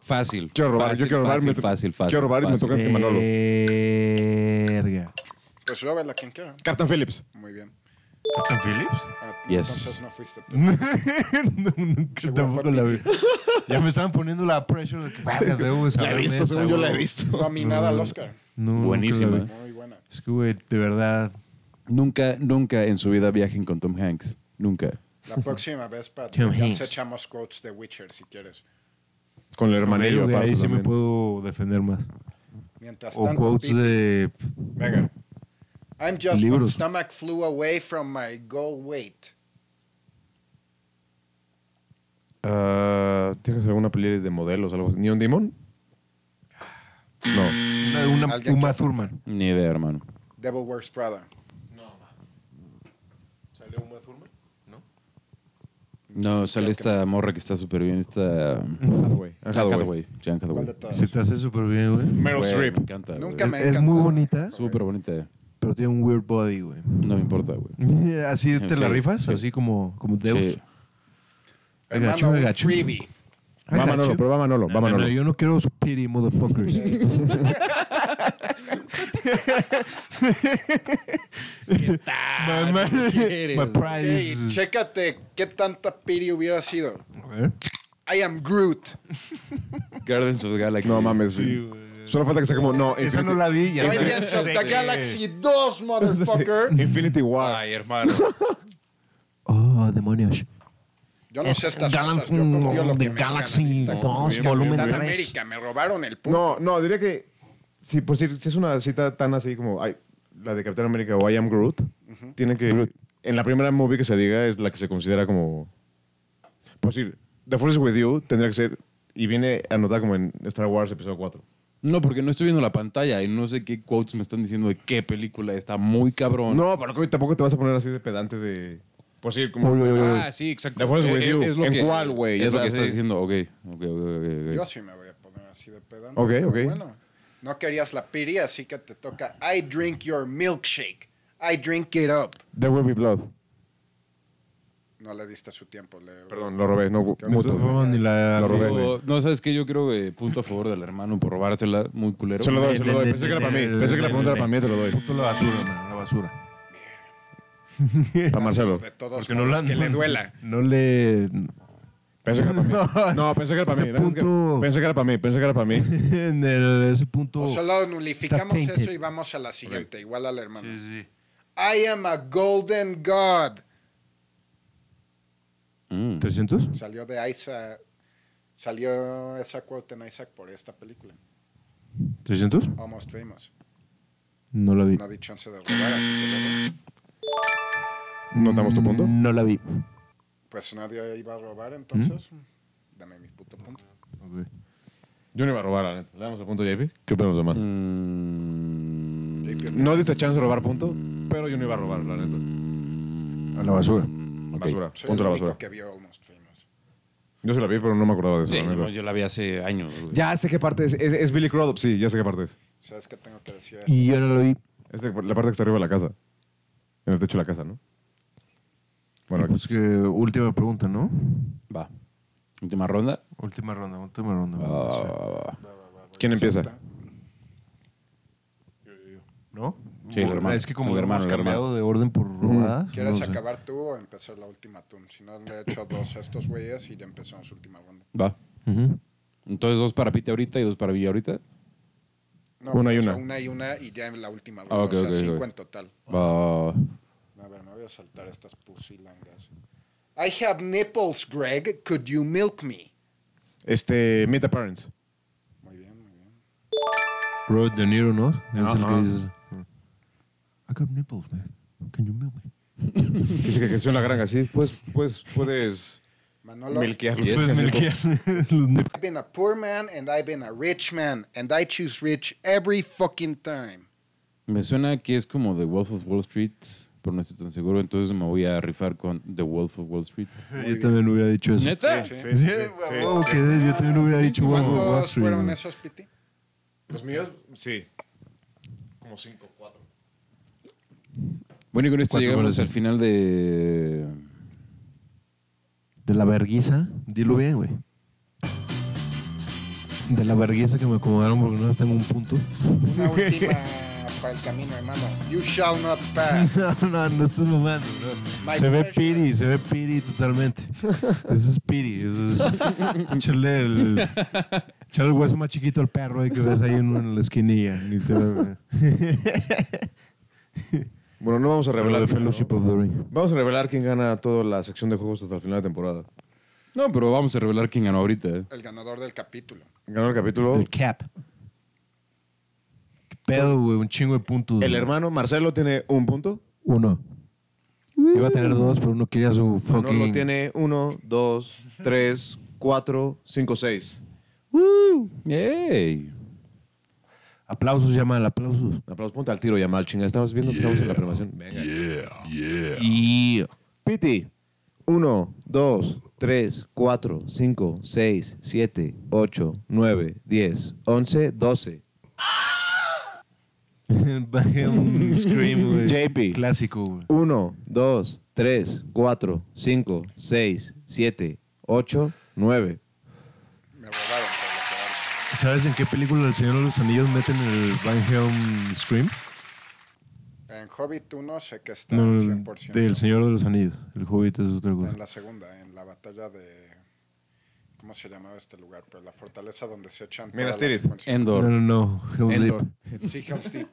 Speaker 3: Fácil.
Speaker 2: Quiero robar,
Speaker 3: fácil,
Speaker 2: yo quiero robar,
Speaker 3: fácil,
Speaker 2: me-
Speaker 3: fácil, fácil.
Speaker 2: quiero robar y me
Speaker 3: fácil.
Speaker 2: toca- Creo que Manolo.
Speaker 1: Verga.
Speaker 4: Pues róbala quien quiera.
Speaker 2: Captain Phillips.
Speaker 4: Muy bien.
Speaker 1: ¿Captain Phillips?
Speaker 4: Ah,
Speaker 3: Yes.
Speaker 4: Entonces no fuiste tú.
Speaker 1: no, nunca tampoco la vi. Ya me estaban poniendo la pressure de que verga, debo de
Speaker 2: La he
Speaker 1: saberme
Speaker 2: visto,
Speaker 1: esta,
Speaker 2: según yo la he
Speaker 1: güey.
Speaker 2: visto.
Speaker 4: Nominada al Oscar.
Speaker 1: No, nunca la
Speaker 3: Buenísima.
Speaker 1: vi.
Speaker 4: Muy buena.
Speaker 1: Es que, güey, de verdad.
Speaker 3: Nunca, nunca en su vida viajen con Tom Hanks. Nunca.
Speaker 4: La próxima vez, Pat, ya
Speaker 1: Tom
Speaker 4: nos
Speaker 1: Hanks.
Speaker 4: echamos quotes de Witcher si quieres.
Speaker 2: Con el hermanillo,
Speaker 1: Güey,
Speaker 2: aparte.
Speaker 1: ahí sí me
Speaker 2: también.
Speaker 1: puedo defender más.
Speaker 4: Mientras
Speaker 1: O
Speaker 4: tanto,
Speaker 1: quotes
Speaker 4: Pete,
Speaker 1: de.
Speaker 4: venga. I'm just
Speaker 1: Libros.
Speaker 4: my stomach flew away from my goal weight.
Speaker 2: Ah, ¿Tienes alguna peli de modelos o algo así? ¿Neon Demon? No.
Speaker 1: Una de una
Speaker 4: Alguien
Speaker 1: Uma
Speaker 4: que-
Speaker 1: Thurman.
Speaker 3: Ni idea, hermano.
Speaker 4: Devil Wears Prada.
Speaker 1: ¿Sale Uma Thurman?
Speaker 3: No, sale esta morra que está súper bien. Esta.
Speaker 2: Ah,
Speaker 3: Hathaway. Hathaway. Jan
Speaker 4: ¿Cuál de
Speaker 3: Hathaway.
Speaker 4: todas?
Speaker 1: Se te hace súper bien, güey.
Speaker 2: Meryl
Speaker 3: Güey,
Speaker 2: Streep.
Speaker 3: Me encanta.
Speaker 4: Nunca
Speaker 3: Nunca.
Speaker 4: me ha
Speaker 1: Es muy
Speaker 4: encantado.
Speaker 1: bonita,
Speaker 3: Súper bonita. eh.
Speaker 1: pero tiene un weird body, güey.
Speaker 3: No me importa, güey.
Speaker 1: Así te la
Speaker 3: Sí,
Speaker 1: rifas,
Speaker 3: sí.
Speaker 1: así como, como Deus.
Speaker 3: Sí.
Speaker 1: Venga,
Speaker 4: Hermano,
Speaker 1: chuga,
Speaker 4: un
Speaker 1: gacho.
Speaker 4: freebie.
Speaker 1: I
Speaker 2: Va
Speaker 1: got
Speaker 2: Manolo,
Speaker 1: you.
Speaker 2: pero va Manolo, va
Speaker 1: No, no, no,
Speaker 2: Ah, Manolo.
Speaker 1: yo no quiero su pity, motherfuckers. my, my, my
Speaker 4: Ok,
Speaker 1: pride is-
Speaker 4: chécate qué tanta piri hubiera sido.
Speaker 1: A ver.
Speaker 4: I am Groot.
Speaker 3: Guardians of the Galaxy.
Speaker 2: No mames. Solo falta que sea como. No,
Speaker 1: Esa
Speaker 2: Infinity,
Speaker 1: no la vi. Ya
Speaker 4: Guardians of the Galaxy 2, motherfucker.
Speaker 2: Infinity War.
Speaker 6: Ay, hermano.
Speaker 5: Oh, demonios.
Speaker 4: Yo no
Speaker 5: Es
Speaker 4: sé estas
Speaker 5: Gal-
Speaker 4: cosas. Yo confío
Speaker 2: mm,
Speaker 4: en lo
Speaker 5: The
Speaker 4: que me digan,
Speaker 5: Galaxy
Speaker 4: analista.
Speaker 5: 2,
Speaker 4: Confío en
Speaker 5: volumen
Speaker 4: Capitán
Speaker 5: 3.
Speaker 4: América, me robaron el punto.
Speaker 2: No, no, diría que. Si, por si, si es una cita tan así como ay, la de Capitán América o I Am Groot, tiene que. En la primera movie que se diga es la que se considera como. Por si The Force is With You tendría que ser. Y viene anotada como en Star Wars Episodio 4.
Speaker 3: No, porque no estoy viendo la pantalla y no sé qué quotes me están diciendo de qué película está muy cabrón.
Speaker 2: No, pero que tampoco te vas a poner así de pedante de. Por si como.
Speaker 3: Ah, sí, exacto.
Speaker 2: The Force
Speaker 3: Eh,
Speaker 2: with
Speaker 3: eh,
Speaker 2: you.
Speaker 3: es lo
Speaker 2: ¿En
Speaker 3: que-
Speaker 2: cuál, güey?
Speaker 3: Es
Speaker 2: Es
Speaker 3: lo que
Speaker 2: así.
Speaker 3: estás diciendo. Ok, ok, ok, ok,
Speaker 4: Yo
Speaker 3: ok.
Speaker 4: sí me voy a poner así de pedante.
Speaker 2: Ok,
Speaker 4: pero
Speaker 2: ok.
Speaker 4: Bueno, no querías la piri, así que te toca I drink your milkshake. I drink it up.
Speaker 2: There will be blood.
Speaker 4: No le diste su tiempo, Leo.
Speaker 2: Perdón, lo robé. No,
Speaker 1: De todas
Speaker 2: mutuo.
Speaker 1: formas, ni la.
Speaker 2: Lo robé.
Speaker 3: Digo,
Speaker 2: güey.
Speaker 3: no, ¿sabes qué? Yo creo que punto a favor del hermano por robársela. Muy culero.
Speaker 2: Se lo doy, se lo doy. Pensé que era para mí. Pensé que la pregunta era para mí, te lo doy.
Speaker 1: Puto la basura, man, la basura.
Speaker 2: Para Marcelo.
Speaker 4: De todos
Speaker 1: Porque
Speaker 4: modos,
Speaker 1: no la.
Speaker 4: que le duela.
Speaker 1: No le.
Speaker 2: Pensé que era para mí. No, pensé que era para mí.
Speaker 1: Este punto-
Speaker 2: Pensé que era para mí. Pensé que era para mí.
Speaker 1: En el, ese punto.
Speaker 2: Oh.
Speaker 4: O solo nulificamos
Speaker 5: Está tainted.
Speaker 4: eso y vamos a la siguiente, igual al hermano.
Speaker 1: Sí, sí.
Speaker 4: I am a golden god.
Speaker 3: Mm.
Speaker 1: ¿300?
Speaker 4: Salió de Isaac. Salió esa quote en Isaac por esta película.
Speaker 1: ¿300?
Speaker 4: Almost Famous.
Speaker 1: No la vi.
Speaker 4: No di chance de robar, así que luego,
Speaker 2: ¿Notamos tu punto?
Speaker 1: No la vi.
Speaker 4: pues nadie iba a robar entonces. Dame mi puto punto.
Speaker 2: Yo no iba a robar, la neta. Le damos el punto a JP. ¿Qué opinan los demás?
Speaker 3: Mm,
Speaker 4: JP,
Speaker 2: No diste chance de robar punto, pero yo no iba a robar, la neta.
Speaker 1: A la basura.
Speaker 3: mm, ok.
Speaker 2: Basura.
Speaker 4: soy
Speaker 2: mm, Punto a
Speaker 4: el
Speaker 2: la
Speaker 4: único
Speaker 2: basura.
Speaker 4: que vio Almost Famous.
Speaker 2: Yo se la vi, pero no me acordaba de eso.
Speaker 3: Sí,
Speaker 2: la neta.
Speaker 3: no, yo la vi hace años. güey.
Speaker 2: Ya sé qué parte es. Es, es Billy Crudup. Sí, ya sé qué parte es.
Speaker 4: ¿Sabes qué tengo que decir?
Speaker 1: Y yo no lo vi.
Speaker 2: Es de- la parte que está arriba de la casa. En el techo de la casa, ¿no? Bueno,
Speaker 1: Y pues que última pregunta, ¿no?
Speaker 3: Va. Última ronda.
Speaker 1: Última ronda, última ronda.
Speaker 3: Va, va, va, va.
Speaker 2: Ah, ¿quién empieza?
Speaker 1: ¿No?
Speaker 3: Sí, el hermano.
Speaker 1: Es que como
Speaker 3: El hermano,
Speaker 1: hemos
Speaker 3: el hermano.
Speaker 1: cambiado de orden por robadas.
Speaker 4: ¿Quieres
Speaker 1: no sé.
Speaker 4: acabar tú o empezar la última tú? Si no, le he hecho dos a estos güeyes y ya empezamos última ronda.
Speaker 3: Va.
Speaker 1: Ujú.
Speaker 3: Entonces dos para Pete ahorita y dos para Villa ahorita.
Speaker 4: No,
Speaker 2: Una y
Speaker 4: o sea,
Speaker 2: una.
Speaker 4: Una y una y ya en la última ronda.
Speaker 3: Ah, ok,
Speaker 4: o sea,
Speaker 3: ok,
Speaker 4: cinco
Speaker 3: ok.
Speaker 4: en total.
Speaker 3: Va.
Speaker 4: A ver, me voy a saltar estas pusilangas. I have nipples, Greg. Could you milk me?
Speaker 2: este, Meet the Parents.
Speaker 4: Muy bien, muy bien.
Speaker 1: Robert De Niro, ¿no? Es el
Speaker 2: Ajá.
Speaker 1: que dices. I got nipples, man. Can you milk me?
Speaker 2: Dice que creció en la granja, sí. Pues, pues, puedes
Speaker 4: Manolo,
Speaker 2: milquearlo.
Speaker 3: Yes.
Speaker 1: Pues milquear los nipples.
Speaker 4: I've been a poor man and I've been a rich man, and I choose rich every fucking time.
Speaker 3: Me suena que es como The Wolf of Wall Street, pero no estoy tan seguro, entonces me voy a rifar con The Wolf of Wall Street.
Speaker 1: Yo también hubiera dicho eso.
Speaker 3: ¿Neta?
Speaker 4: Sí,
Speaker 1: Sí, huevo que es, yo también hubiera dicho Wolf of Wall
Speaker 4: ¿Cuántos
Speaker 1: Street,
Speaker 4: fueron
Speaker 1: güey.
Speaker 4: esos, Piti?
Speaker 2: Los míos, sí. Como cinco, cuatro.
Speaker 3: Bueno, y con esto
Speaker 1: Cuatro
Speaker 3: llegamos
Speaker 1: menos
Speaker 3: al
Speaker 1: uno.
Speaker 3: final de...
Speaker 1: De la verguiza, dilo bien, güey. De la verguiza que me acomodaron porque no tengo un punto.
Speaker 4: Una última para el camino, hermano. You shall not pass.
Speaker 1: No, no, no estás mamando.
Speaker 4: My
Speaker 1: se ve
Speaker 4: pleasure.
Speaker 1: piri, se ve piri totalmente. Eso es piri. Eso es echarle el, echarle el hueso más chiquito al perro ahí que ves ahí en, en la esquinilla. literalmente.
Speaker 2: Bueno, no vamos a
Speaker 1: Pero
Speaker 2: revelar.
Speaker 1: de Fellowship of the Ring.
Speaker 2: Vamos a revelar quién gana toda la sección de juegos hasta el final de temporada.
Speaker 3: No, pero vamos a revelar quién ganó ahorita. ¿eh?
Speaker 4: El ganador del capítulo.
Speaker 2: Ganó el capítulo.
Speaker 1: Del cap. ¿Qué pedo, güey? Un chingo de puntos.
Speaker 2: El
Speaker 1: güey.
Speaker 2: hermano Marcelo tiene un punto.
Speaker 1: Uno. Iba a tener dos, pero uno quería su fucking...
Speaker 2: Manolo tiene uno, dos, tres, cuatro, cinco, seis.
Speaker 3: ¡Ey!
Speaker 1: Aplausos, Yamal, aplausos.
Speaker 2: Un aplauso, ponte al tiro, Yamal, chinga. Estamos viendo que estamos en la formación. Venga.
Speaker 1: Y...
Speaker 2: Piti. 1, 2, 3, 4, 5, 6, 7, 8, 9, 10, 11, 12.
Speaker 1: Bajé un scream, güey.
Speaker 2: JP.
Speaker 1: Clásico, güey.
Speaker 2: 1, 2, 3, 4, 5, 6, 7, 8, 9.
Speaker 4: Me robaron por
Speaker 1: ¿Sabes en qué película El Señor de los Anillos meten el Van Helm Scream?
Speaker 4: lo que robaron. En Hobbit 1 sé que está
Speaker 1: No,
Speaker 4: al 100%.
Speaker 1: del Señor de los Anillos. El Hobbit es otra cosa.
Speaker 4: En la segunda, en la batalla de... ¿Cómo se llamaba este lugar? Pues la fortaleza donde se echan
Speaker 2: Minas
Speaker 4: todas las
Speaker 2: Tirith.
Speaker 4: secuencias.
Speaker 1: No,
Speaker 3: Endor.
Speaker 1: no, no. Helm's Deep.
Speaker 2: Endor.
Speaker 4: Sí, Helm's Deep.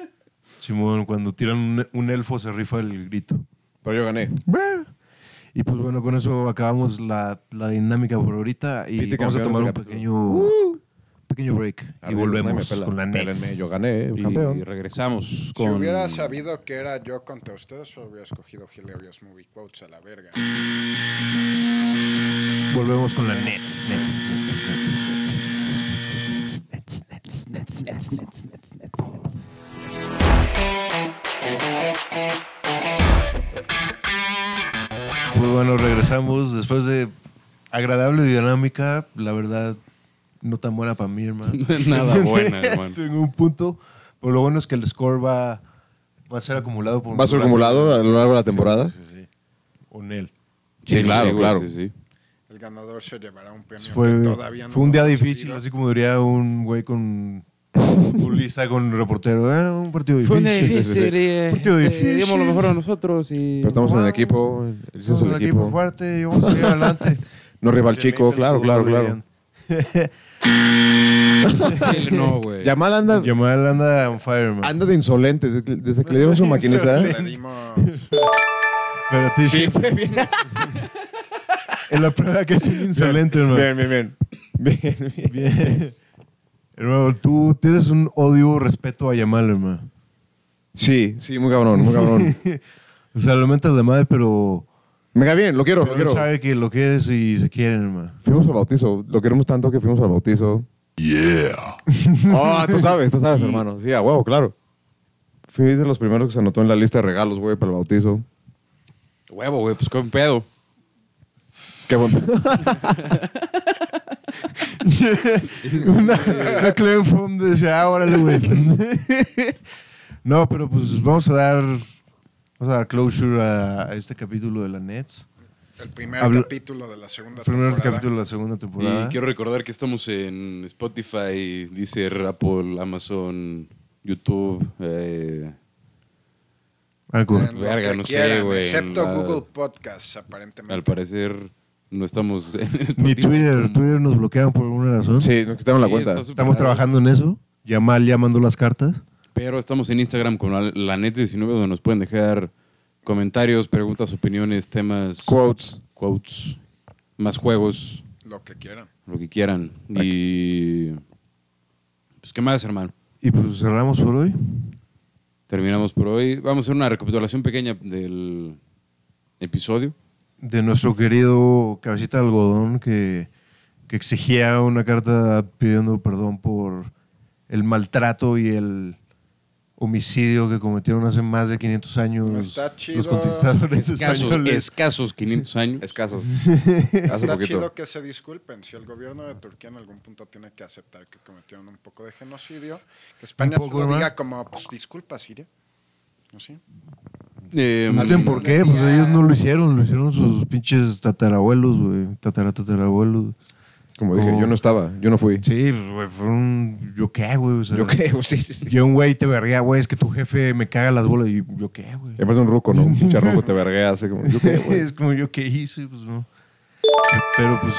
Speaker 1: Simón, cuando tiran un, un elfo se rifa el grito.
Speaker 2: Pero yo gané.
Speaker 1: Y pues bueno, con eso acabamos la, la dinámica por ahorita y
Speaker 2: Pite
Speaker 1: vamos a
Speaker 2: campeones
Speaker 1: tomar
Speaker 2: del
Speaker 1: un
Speaker 2: capítulo.
Speaker 1: pequeño, pequeño break y volvemos con la next.
Speaker 2: Yo gané,
Speaker 3: Y,
Speaker 2: campeón.
Speaker 3: regresamos
Speaker 4: Si
Speaker 3: con...
Speaker 4: hubiera sabido que era yo contra ustedes, hubiera escogido Hilarious Movie Quotes a la verga.
Speaker 1: Volvemos con la next, next, next, next, next. Pues bueno, regresamos después de agradable dinámica, la verdad no tan buena para mí, hermano.
Speaker 3: Nada buena, hermano.
Speaker 1: Tengo un punto, pero lo bueno es que el score va, va a ser acumulado por
Speaker 2: ¿Va a ser acumulado a lo largo de la temporada?
Speaker 1: Sí, sí, sí. O Nel.
Speaker 2: Sí, claro,
Speaker 3: güey,
Speaker 2: claro.
Speaker 3: sí, sí.
Speaker 4: El ganador se llevará un premio
Speaker 1: Fue,
Speaker 4: que todavía no
Speaker 1: fue un
Speaker 4: ha
Speaker 1: día
Speaker 4: recibido.
Speaker 1: difícil, así como diría un güey con un lista con un reportero. Ah, un partido difícil. Un partido
Speaker 3: eh,
Speaker 1: difícil.
Speaker 3: a nosotros y...
Speaker 2: Pero estamos en el equipo. Ese
Speaker 1: Somos
Speaker 2: es el
Speaker 1: un equipo
Speaker 2: equipo.
Speaker 1: fuerte y vamos a ir adelante.
Speaker 2: No rival chico, claro, claro, claro.
Speaker 3: No, güey.
Speaker 2: Yamal anda,
Speaker 1: Yamal anda on fire, man.
Speaker 2: anda de insolente desde que- desde que le dieron su maquinita. ¿eh?
Speaker 4: Le dimos...
Speaker 1: Pero a ti sí. En la prueba que es un insolente, hermano.
Speaker 2: Bien, bien, bien. Bien, bien.
Speaker 1: Bien. Hermano, tú tienes un odio respeto a Yamal, hermano.
Speaker 2: Sí, sí, muy cabrón, muy cabrón.
Speaker 1: O sea, lo mentas de madre, pero,
Speaker 2: Me cae bien, lo quiero,
Speaker 1: pero
Speaker 2: lo
Speaker 1: él
Speaker 2: quiero.
Speaker 1: sabe que lo quieres y se quieren, hermano.
Speaker 2: Fuimos al bautizo, lo queremos tanto que fuimos al bautizo. Yeah. Ah, tú sabes, tú sabes, hermano. Sí, a huevo, claro. Fui de los primeros que se anotó en la lista de regalos, güey, para el bautizo.
Speaker 3: Huevo, güey, pues con pedo.
Speaker 2: Qué bueno.
Speaker 1: una, una Clem Fum de ya, "Ah, órale, güey. no, pero pues vamos a dar. Vamos a dar closure a, a este capítulo de la Nets.
Speaker 4: El primer
Speaker 1: Habla-
Speaker 4: capítulo de la segunda
Speaker 1: Primer
Speaker 4: temporada.
Speaker 1: capítulo de la segunda temporada.
Speaker 3: Y quiero recordar que estamos en Spotify, Deezer, Apple, Amazon, YouTube, eh,
Speaker 1: Anchor.
Speaker 4: En lo
Speaker 3: Verga,
Speaker 4: que
Speaker 3: no sé,
Speaker 4: quieran,
Speaker 3: güey, en
Speaker 4: Excepto
Speaker 3: la-
Speaker 4: Google Podcasts, aparentemente.
Speaker 3: al parecer no estamos en
Speaker 1: Ni
Speaker 3: Spotify.
Speaker 1: Twitter. Twitter nos bloquearon por alguna razón.
Speaker 2: Sí, nos quitaron la
Speaker 3: Sí,
Speaker 2: cuenta.
Speaker 3: está su-
Speaker 1: Estamos trabajando en eso. Yamal ya mandó las cartas.
Speaker 3: Pero estamos en Instagram con la, la Net19 donde nos pueden dejar comentarios, preguntas, opiniones, temas,
Speaker 2: Quotes.
Speaker 3: quotes, más juegos,
Speaker 4: Lo que quieran.
Speaker 3: lo que quieran. Y pues qué más, hermano.
Speaker 1: Y pues cerramos por hoy.
Speaker 3: Terminamos por hoy. Vamos a hacer una recapitulación pequeña del episodio.
Speaker 1: De nuestro querido Cabecita de Algodón que, que exigía una carta pidiendo perdón por el maltrato y el homicidio que cometieron hace más de 500 años
Speaker 4: No está chido.
Speaker 1: los conquistadores
Speaker 3: Escasos,
Speaker 1: españoles.
Speaker 3: escasos 500 años.
Speaker 2: Escasos. Hace
Speaker 4: Está
Speaker 2: poquito.
Speaker 4: chido que se disculpen. Si el gobierno de Turquía en algún punto tiene que aceptar que cometieron un poco de genocidio, que España
Speaker 1: Un poco,
Speaker 4: solo diga
Speaker 1: ¿verdad?
Speaker 4: como, pues disculpa, Siria. ¿No sí?
Speaker 3: Eh,
Speaker 1: No tienen por qué, pues ellos no lo hicieron, lo hicieron sus pinches tatarabuelos, güey, tatara, tatarabuelos.
Speaker 2: Como dije,
Speaker 1: Oh.
Speaker 2: yo no estaba, yo no fui.
Speaker 1: Sí, pues, güey, fue un... ¿Yo qué, güey? O sea,
Speaker 2: Yo qué, sí, sí, sí.
Speaker 1: Yo un güey te verga, güey, es que tu jefe me caga las bolas. Y yo qué, güey.
Speaker 2: Y aparte un ruco, ¿no? Un pinche ruco te verguea, así como, yo qué, güey.
Speaker 1: es como yo qué hice, pues no. Pero pues,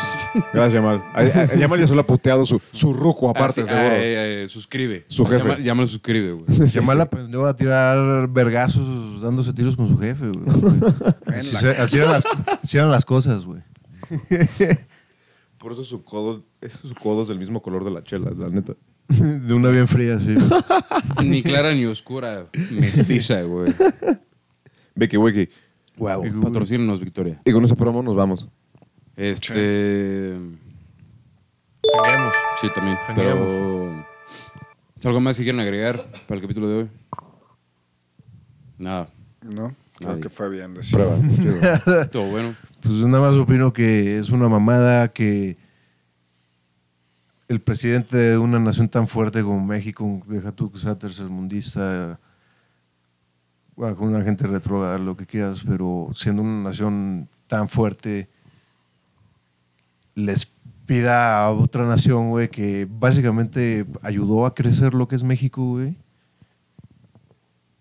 Speaker 2: Gracias, Yamal. A- a- Yamal ya solo ha puteado su, su ruco aparte,
Speaker 3: ah, sí,
Speaker 2: seguro.
Speaker 3: ah, eh, eh, suscribe.
Speaker 2: Su jefe.
Speaker 3: Llama- Llámalo suscribe, güey.
Speaker 2: Sí, sí,
Speaker 1: Yamal
Speaker 2: sí.
Speaker 1: aprendió a tirar vergazos dándose tiros con su jefe, güey. así, se- así eran las, así eran las cosas, güey.
Speaker 2: Por eso su codo, eso su codo es del mismo color de la chela, la neta.
Speaker 1: De una bien fría, sí.
Speaker 3: Ni clara ni oscura. Mestiza, güey.
Speaker 2: Vicky Wiki.
Speaker 3: Wow. Patrocínanos, Victoria.
Speaker 2: Y con ese promo nos vamos.
Speaker 3: Este. Sí, también. Pero. ¿Es algo más que quieran agregar para el capítulo de hoy? Nada.
Speaker 4: No, creo
Speaker 3: Nadie.
Speaker 4: que fue bien decir.
Speaker 2: Prueba. chido.
Speaker 3: Todo bueno.
Speaker 1: Pues nada más opino que es una mamada que el presidente de una nación tan fuerte como México, deja tú que sea tercermundista, bueno, con una gente retrógrada, lo que quieras, pero siendo una nación tan fuerte, les pida a otra nación, güey, que básicamente ayudó a crecer lo que es México, güey,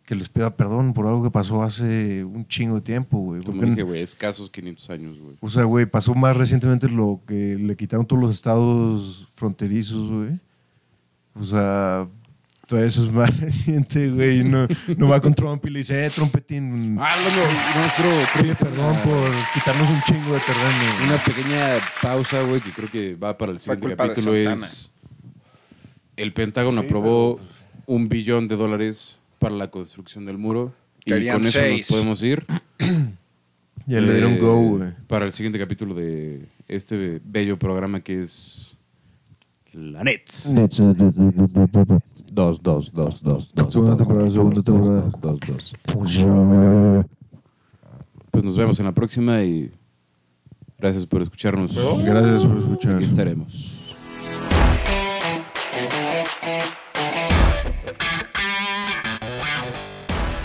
Speaker 1: que les pida perdón por algo que pasó hace un chingo de tiempo, güey.
Speaker 3: Como
Speaker 1: Porque-
Speaker 3: dije, güey, escasos 500 años, güey.
Speaker 1: o sea, güey, pasó más recientemente lo que le quitaron todos los estados fronterizos, güey. O sea, todo eso es más reciente, güey. No, no va con Trump y le dice, eh, trompetín,
Speaker 3: Ah, nuestro
Speaker 1: pide perdón por quitarnos un chingo de terreno.
Speaker 3: Una pequeña pausa, güey, que creo que va para el
Speaker 4: Fue
Speaker 3: siguiente
Speaker 4: culpa de
Speaker 3: capítulo
Speaker 4: Santana.
Speaker 3: es... El Pentágono aprobó un billón de dólares para la construcción del muro. Y
Speaker 4: Querían
Speaker 3: con eso
Speaker 4: seis.
Speaker 3: nos podemos ir.
Speaker 1: Ya le dieron
Speaker 3: Eh,
Speaker 1: go, güey.
Speaker 3: Para el siguiente capítulo de este bello programa que es... La Nets.
Speaker 2: Dos, dos, dos, dos. dos
Speaker 1: Segunda
Speaker 2: dos,
Speaker 1: temporada,
Speaker 2: dos,
Speaker 1: segunda
Speaker 2: dos,
Speaker 1: temporada.
Speaker 2: Dos, dos, dos.
Speaker 3: Pues nos vemos en la próxima y... Gracias por escucharnos.
Speaker 1: Gracias por escuchar.
Speaker 3: Aquí estaremos.